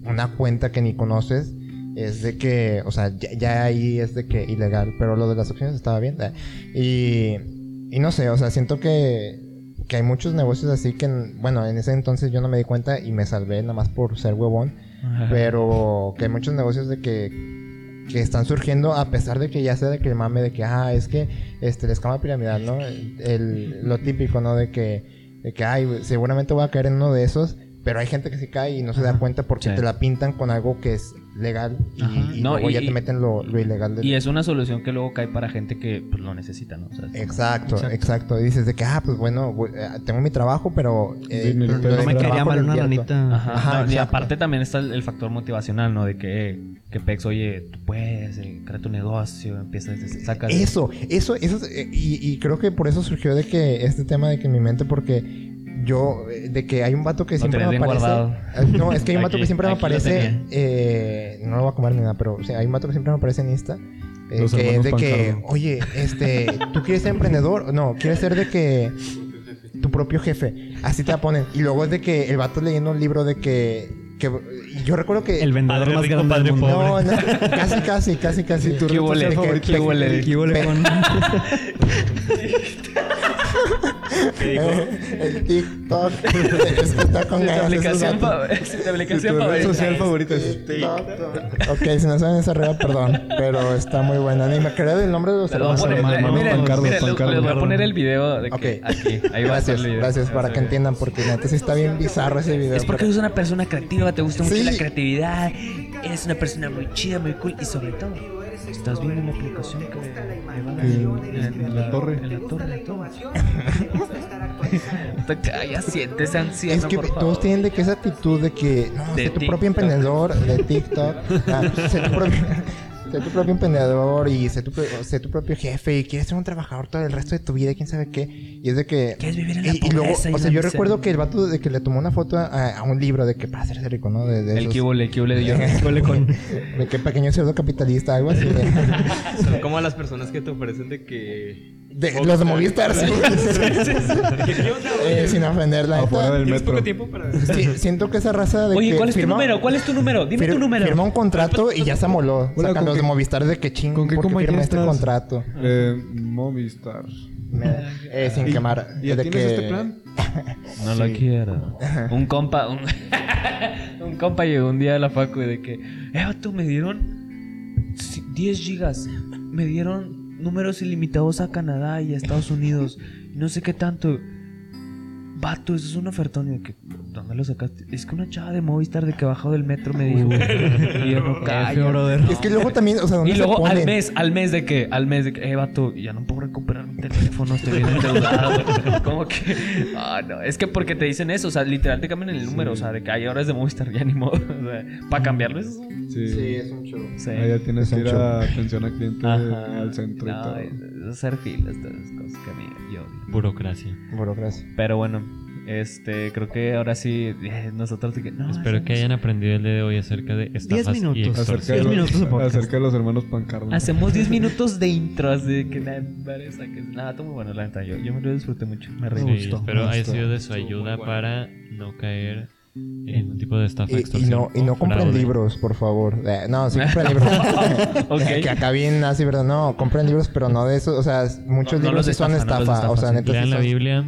Speaker 4: una cuenta que ni conoces, es de que, o sea, ya, ya ahí es de que ilegal, pero lo de las acciones estaba bien. eh. Y, y no sé, o sea, siento que, que hay muchos negocios así que, bueno, en ese entonces yo no me di cuenta y me salvé nada más por ser huevón pero que hay muchos negocios de que que están surgiendo a pesar de que ya sea de que el mame de que ah es que este el escama piramidal no El- lo típico no de que de que ay seguramente voy a caer en uno de esos pero hay gente que se cae y no se da
Speaker 1: Ajá.
Speaker 4: cuenta porque
Speaker 1: Sí.
Speaker 4: te la pintan con algo que es legal y,
Speaker 1: Ajá.
Speaker 4: y
Speaker 1: No,
Speaker 4: luego
Speaker 1: y-
Speaker 4: ya te
Speaker 1: y-
Speaker 4: meten lo, lo ilegal del-
Speaker 1: Y es una solución que luego cae para gente que pues, lo necesita, ¿no? O sea,
Speaker 4: Exacto, exacto, Y dices de que, ah, pues bueno, voy- eh, tengo mi trabajo, pero... eh,
Speaker 3: Dinero,
Speaker 4: lo de
Speaker 3: no
Speaker 6: No
Speaker 4: mi
Speaker 6: me caería
Speaker 4: trabajo
Speaker 6: mal
Speaker 4: lo
Speaker 6: una
Speaker 4: invierto.
Speaker 6: ranita.
Speaker 1: Ajá.
Speaker 4: Ajá,
Speaker 1: No, y
Speaker 4: exacto.
Speaker 1: aparte también está el, el factor motivacional, ¿no? De que, eh, que Pex, oye, tú puedes, eh, crea tu negocio, empiezas, desde- sacas.
Speaker 4: Eso, eso, eso. es- eh, Y, y creo que por eso surgió de que este tema de que en mi mente, porque yo, eh, de que hay un vato que
Speaker 1: Lo
Speaker 4: siempre
Speaker 1: tenés
Speaker 4: me
Speaker 1: bien
Speaker 4: aparece.
Speaker 1: guardado.
Speaker 4: Eh, No, es que hay un vato
Speaker 2: Aquí,
Speaker 4: que siempre me
Speaker 2: aquí lo
Speaker 4: aparece.
Speaker 2: tenía.
Speaker 4: eh, no lo voy a comer ni nada, pero o sea, hay un vato que siempre me aparece en Insta. eh,
Speaker 3: Los
Speaker 4: que es
Speaker 3: hermanos
Speaker 4: de que,
Speaker 3: Pancardo.
Speaker 4: oye, este, ¿tú quieres ser emprendedor? No, quieres ser de que tu propio jefe. Así te la ponen. Y luego es de que el vato leyendo un libro de que. que y yo recuerdo que.
Speaker 6: El vendedor
Speaker 2: Padre
Speaker 6: más
Speaker 2: rico,
Speaker 6: grande
Speaker 2: padre
Speaker 6: del
Speaker 4: no, no,
Speaker 6: mundo.
Speaker 5: (laughs)
Speaker 4: casi, casi, casi, casi.
Speaker 1: ¿Qué
Speaker 4: reto
Speaker 1: huele,
Speaker 4: es de que-
Speaker 1: qué huele?
Speaker 6: ¿Qué huele con?
Speaker 4: (laughs) El TikTok. es que está con
Speaker 1: Es la
Speaker 4: ganas.
Speaker 1: aplicación
Speaker 4: esos vatos.
Speaker 1: fa- es la
Speaker 5: Tu
Speaker 1: aplicación
Speaker 5: red
Speaker 1: favorita.
Speaker 5: social favorita es TikTok.
Speaker 4: TikTok. Ok, si no saben esa regla, perdón. Pero está muy buena. Ni me acuerdo del nombre de los
Speaker 1: Te lo voy a
Speaker 4: hermanos.
Speaker 1: poner,
Speaker 3: Hermano,
Speaker 1: eh,
Speaker 3: hermano,
Speaker 1: miren,
Speaker 3: Pancardo,
Speaker 1: miren, les-
Speaker 3: Pancardo.
Speaker 1: les voy a poner el video de que
Speaker 4: Ok.
Speaker 1: aquí, ahí va a estar
Speaker 4: Gracias,
Speaker 1: el video.
Speaker 4: gracias. Para que entiendan, porque la neta sí está bien bizarro ese video.
Speaker 1: Es porque
Speaker 4: pero-
Speaker 1: eres una persona creativa, te gusta mucho
Speaker 4: Sí.
Speaker 1: la creatividad, eres una persona muy chida, muy cool y sobre todo, estás viendo una aplicación que me va a dar
Speaker 3: En- en la torre.
Speaker 1: En la torre. (laughs) Toca, Ya sientes anciano,
Speaker 4: Es que
Speaker 1: por
Speaker 4: todos
Speaker 1: favor.
Speaker 4: tienen de que esa actitud de que no,
Speaker 1: De
Speaker 4: sé tu
Speaker 1: TikTok.
Speaker 4: propio emprendedor de TikTok, ah, sé, tu propio, sé tu propio emprendedor y sé tu, pro- sé tu propio jefe y quieres ser un trabajador todo el resto de tu vida, quién sabe qué. Y es de que.
Speaker 1: Quieres vivir en la
Speaker 4: y, y luego,
Speaker 1: pobreza y
Speaker 4: o sea,
Speaker 1: la
Speaker 4: yo
Speaker 1: miseria.
Speaker 4: recuerdo que el vato de que le tomó una foto a, a un libro de que para hacerse rico, ¿no? De, de
Speaker 1: El
Speaker 4: esos-
Speaker 1: cubole, el cubole de yo. El cubole con.
Speaker 4: de que pequeño cerdo capitalista, algo así.
Speaker 1: (laughs)
Speaker 5: Son como las personas que te ofrecen de que.
Speaker 4: De, los de Movistar, sí. Eh, sin ofender la
Speaker 3: Afuera
Speaker 4: neta.
Speaker 3: del
Speaker 5: Tienes
Speaker 3: metro.
Speaker 5: poco tiempo para.
Speaker 4: Sí, siento que esa raza de
Speaker 1: Oye,
Speaker 4: que
Speaker 1: ¿cuál es tu
Speaker 4: firma-
Speaker 1: número? ¿Cuál es tu número? Dime
Speaker 4: Fir-
Speaker 1: tu número.
Speaker 4: Firma un contrato y ya se amoló.
Speaker 3: Hola,
Speaker 4: Sacan
Speaker 3: ¿con
Speaker 4: los
Speaker 3: qué-
Speaker 4: de Movistar de que ching,
Speaker 3: ¿con qué
Speaker 4: porque
Speaker 3: compañía
Speaker 4: firma este
Speaker 3: estás?
Speaker 4: contrato.
Speaker 3: Eh, Movistar.
Speaker 4: Me- eh, sin
Speaker 3: ¿Y-
Speaker 4: quemar.
Speaker 3: ¿Ya
Speaker 4: de
Speaker 3: tienes
Speaker 4: que-
Speaker 3: este plan?
Speaker 1: No lo quiero. Un compa, un, (laughs) un compa llegó un día a la facu y de que, eh, vato, me dieron ci- 10 gigas, me dieron números ilimitados a Canadá y a Estados Unidos, y no sé qué tanto. Vato, eso es un ofertón. Y de que, ¿dónde lo sacaste? Es que una chava de Movistar de que bajado del metro me dijo. y yo no
Speaker 6: F, brother.
Speaker 1: no,
Speaker 4: Es que luego también, o sea, ¿dónde
Speaker 1: y
Speaker 4: se
Speaker 1: luego al
Speaker 4: ponen?
Speaker 1: mes, al mes de que, al mes de que, eh, vato, ya no puedo recuperar mi teléfono, estoy bien endeudado. (laughs) Como que, ah, no, es que porque te dicen eso, o sea, literal te cambian el número, o sea, de que hay horas de Movistar, (laughs) ya ni modo, o sea, para cambiarlo es.
Speaker 3: Sí.
Speaker 4: Sí, es un show.
Speaker 1: Sí.
Speaker 3: Ahí ya tienes que ir
Speaker 4: Sancho.
Speaker 3: a atención al cliente
Speaker 1: Ajá.
Speaker 3: al centro y
Speaker 1: No,
Speaker 3: todo.
Speaker 1: es- es hacer filas, todas esas cosas que a mí, yo odio.
Speaker 2: Burocracia.
Speaker 4: Burocracia.
Speaker 1: Pero bueno, este, creo que ahora sí, eh, nosotros, de que, no,
Speaker 2: Espero
Speaker 1: hacemos-
Speaker 2: que hayan aprendido el día de hoy acerca de estafas y
Speaker 6: minutos.
Speaker 3: Acerca
Speaker 2: extorsión.
Speaker 3: de,
Speaker 6: Diez minutos de
Speaker 3: los,
Speaker 6: podcast.
Speaker 3: acerca de los hermanos Pancardo. (laughs)
Speaker 1: Hacemos
Speaker 2: (laughs)
Speaker 1: 10 minutos de intro, así que nada, parece que nada, todo muy bueno, la neta, yo, yo me lo disfruté mucho, me reí.
Speaker 2: Sí,
Speaker 6: Me gustó,
Speaker 2: espero
Speaker 6: me
Speaker 2: haya
Speaker 6: gustó.
Speaker 2: sido de su
Speaker 5: Estuvo muy
Speaker 2: ayuda
Speaker 5: bueno.
Speaker 2: para no caer en un tipo de estafa
Speaker 4: Y, y
Speaker 2: extorsión.
Speaker 4: no, y
Speaker 2: o
Speaker 4: no compren
Speaker 2: fraude.
Speaker 4: libros, por favor. Eh, no,
Speaker 1: (laughs)
Speaker 4: sí compren libros.
Speaker 1: Ok.
Speaker 4: Eh, que acá bien así, ¿verdad? No, compren libros, pero no de esos. O sea, muchos
Speaker 1: No- no
Speaker 4: libros
Speaker 1: los
Speaker 4: sí son
Speaker 1: estafa, no
Speaker 4: estafa.
Speaker 1: los estafa,
Speaker 4: o sea,
Speaker 1: sí.
Speaker 4: neta sí
Speaker 2: Lean la
Speaker 4: son-
Speaker 2: Biblia.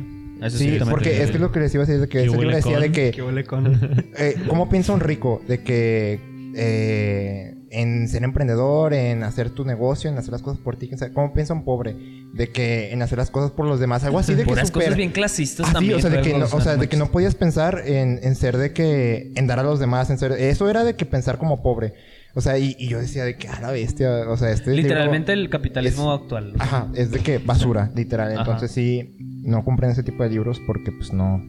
Speaker 1: Eso
Speaker 4: Sí,
Speaker 2: Exactamente.
Speaker 4: porque es que lo que les iba a decir de que
Speaker 2: ¿Qué
Speaker 4: ese libro
Speaker 2: huele
Speaker 4: decía de
Speaker 2: con?
Speaker 4: que
Speaker 6: ¿Qué huele con?
Speaker 4: Eh, ¿Cómo piensa un rico? De que eh, en ser emprendedor, en hacer tu negocio, en hacer las cosas por ti. quién sabe. ¿Cómo piensa un pobre? De que en hacer las cosas por los demás, algo así de que
Speaker 1: Puras cosas
Speaker 4: super-
Speaker 1: bien clasistas
Speaker 4: Ah, sí,
Speaker 1: también.
Speaker 4: o sea, de que,
Speaker 1: luego,
Speaker 4: no, o sea, de
Speaker 1: muchos-
Speaker 4: que no podías pensar en, en ser de que... En dar a los demás, en ser... Eso era de que pensar como pobre. O sea, y, y yo decía de que, a la bestia, o sea, este... libro-
Speaker 1: Literalmente el capitalismo actual.
Speaker 4: Ajá, es de que basura, literal.
Speaker 1: Ajá.
Speaker 4: Entonces sí, no compren ese tipo de libros porque pues no...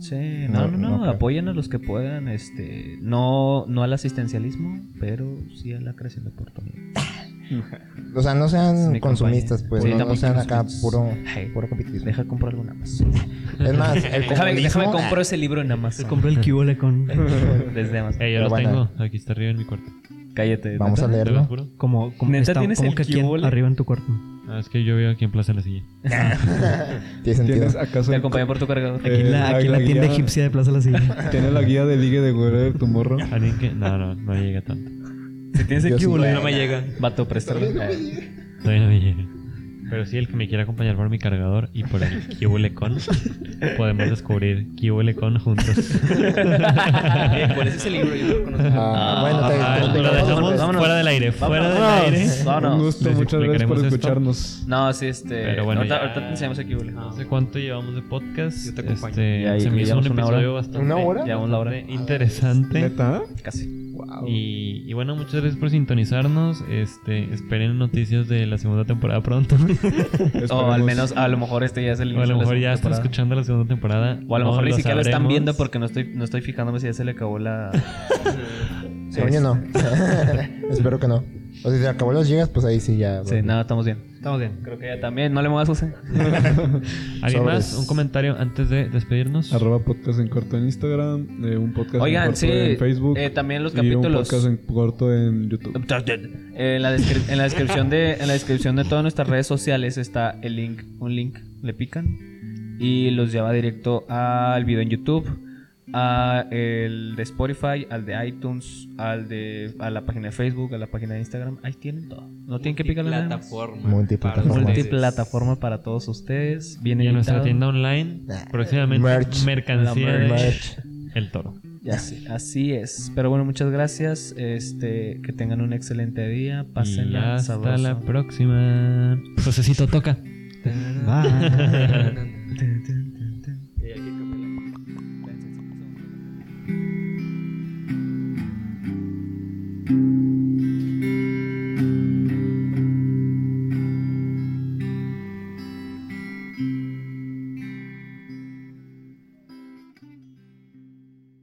Speaker 1: Sí, no, no,
Speaker 4: No,
Speaker 1: no,
Speaker 4: no creo.
Speaker 1: apoyen a los que puedan, este, no, no al asistencialismo, pero sí a la creación de oportunidades.
Speaker 4: O sea, no
Speaker 1: Es mi
Speaker 4: sean consumistas,
Speaker 1: compañía.
Speaker 4: pues.
Speaker 1: Sí,
Speaker 4: no, no
Speaker 1: tampoco
Speaker 4: sean acá
Speaker 1: consumistas.
Speaker 4: puro,
Speaker 1: Ay.
Speaker 4: puro capitalismo.
Speaker 1: Deja comprar alguna más.
Speaker 4: Es
Speaker 1: (laughs)
Speaker 4: más, el
Speaker 1: Déjame, déjame
Speaker 4: comunismo-
Speaker 1: compro ese libro en Amazon.
Speaker 6: Compró el Kibole con.
Speaker 1: (laughs) Desde Amazon.
Speaker 2: Eh, yo los
Speaker 4: Pero bueno.
Speaker 2: tengo. Aquí está arriba en mi cuarto.
Speaker 1: Cállate.
Speaker 4: Vamos a
Speaker 1: neta.
Speaker 2: ¿Te lo
Speaker 4: leerlo.
Speaker 2: juro?
Speaker 6: Como, como
Speaker 1: ¿Neta
Speaker 6: está-
Speaker 1: tienes
Speaker 6: como
Speaker 1: el
Speaker 6: que aquí en-
Speaker 1: Kibole?
Speaker 6: arriba en tu cuarto.
Speaker 2: Ah, es que yo vivo aquí en Plaza de la Silla.
Speaker 4: Tiene sentido.
Speaker 3: ¿Tienes acaso
Speaker 1: Te
Speaker 3: el-
Speaker 1: acompaño por tu cargador.
Speaker 3: Eh,
Speaker 6: La- aquí en la,
Speaker 3: la
Speaker 6: tienda
Speaker 3: guía-
Speaker 6: egipcia de Plaza La Silla.
Speaker 3: ¿Tienes la guía de ligue de Guerrero de tu morro?
Speaker 2: ¿Alguien que.? No, no, no llega tanto.
Speaker 1: Si tienes
Speaker 4: Yo
Speaker 1: el
Speaker 4: sí,
Speaker 1: Kibole,
Speaker 4: bueno.
Speaker 1: Vato, préstalo. Eh,
Speaker 2: Todavía no me llega. Pero sí, el que me quiera acompañar por mi cargador y por el
Speaker 4: (laughs)
Speaker 2: Kibulecon, podemos descubrir Kibulecon juntos.
Speaker 5: Eh, ¿Cuál es ese libro? Yo no lo conozco.
Speaker 4: Ah, bueno, te-
Speaker 2: Ah,
Speaker 4: te- te-
Speaker 2: lo dejamos
Speaker 1: vámonos.
Speaker 2: fuera del aire. Fuera del
Speaker 1: Vámonos.
Speaker 2: aire.
Speaker 3: Un
Speaker 1: Vámonos.
Speaker 3: gusto,
Speaker 2: Les
Speaker 3: muchas gracias
Speaker 2: explicaremos
Speaker 3: por
Speaker 2: esto.
Speaker 3: escucharnos.
Speaker 1: No, sí, este.
Speaker 2: Pero bueno,
Speaker 1: ahorita,
Speaker 2: ya- Ah,
Speaker 1: ahorita te enseñamos el Kibole.
Speaker 2: No sé cuánto llevamos de podcast.
Speaker 5: Yo te acompaño.
Speaker 2: Este,
Speaker 1: Ya-
Speaker 2: se
Speaker 1: ya
Speaker 2: me hizo un
Speaker 1: llevamos una hora.
Speaker 2: episodio bastante
Speaker 4: ¿Una hora?
Speaker 1: Ya una hora.
Speaker 2: bastante interesante.
Speaker 3: ¿Neta? ¿eh?
Speaker 1: Casi.
Speaker 2: Y, y bueno, muchas gracias por sintonizarnos. Este, esperen noticias de la segunda temporada
Speaker 1: (laughs)
Speaker 2: pronto.
Speaker 1: (laughs) O al
Speaker 3: Esperemos.
Speaker 1: menos, a lo mejor este ya es el
Speaker 2: o a
Speaker 1: inicio de
Speaker 2: lo
Speaker 1: la
Speaker 2: mejor
Speaker 1: segunda
Speaker 2: ya están
Speaker 1: temporada.
Speaker 2: escuchando la segunda temporada.
Speaker 1: O a lo mejor ni siquiera lo están
Speaker 2: sabremos.
Speaker 1: viendo porque no estoy, no estoy fijándome si ya se le acabó
Speaker 2: (laughs)
Speaker 1: la.
Speaker 4: Según yo no. Espero que no. (laughs) O sea, si se acabó los gigas, pues ahí sí ya.
Speaker 1: Sí, nada, estamos bien.
Speaker 6: Estamos bien.
Speaker 1: Creo que ya también. No le muevas, José.
Speaker 2: ¿Alguien
Speaker 4: Sobres.
Speaker 2: más? ¿Un comentario antes de despedirnos?
Speaker 3: Arroba podcast en corto en Instagram, eh, un podcast en
Speaker 1: Oigan,
Speaker 3: corto
Speaker 1: sí.
Speaker 3: en Facebook
Speaker 1: eh, también los
Speaker 3: y un
Speaker 1: capítulos.
Speaker 3: podcast en corto en YouTube.
Speaker 1: Eh, en, la descri- en la descripción de en la descripción de todas nuestras redes sociales está el link, un link, le pican y los lleva directo al video en YouTube, a el de Spotify, al de iTunes, al de a la página de Facebook, a la página de Instagram, ahí tienen todo. No tienen que picarle nada. más.
Speaker 5: Multiplataforma.
Speaker 4: Multiplataforma.
Speaker 5: Para ustedes.
Speaker 1: Multiplataforma para todos ustedes. Viene
Speaker 2: y en nuestra
Speaker 1: editado.
Speaker 2: tienda online, próximamente,
Speaker 4: Merch.
Speaker 2: mercancía
Speaker 1: La
Speaker 2: de
Speaker 4: Merch.
Speaker 5: (laughs)
Speaker 2: El Toro.
Speaker 4: Ya.
Speaker 1: Así, así es. Pero bueno, muchas gracias. Este, que tengan un excelente día.
Speaker 2: Y
Speaker 1: Pásenla
Speaker 2: hasta
Speaker 1: sabroso. (laughs)
Speaker 5: Ah.
Speaker 2: la próxima. Josecito, toca.
Speaker 6: Bye.
Speaker 1: Tun, tun.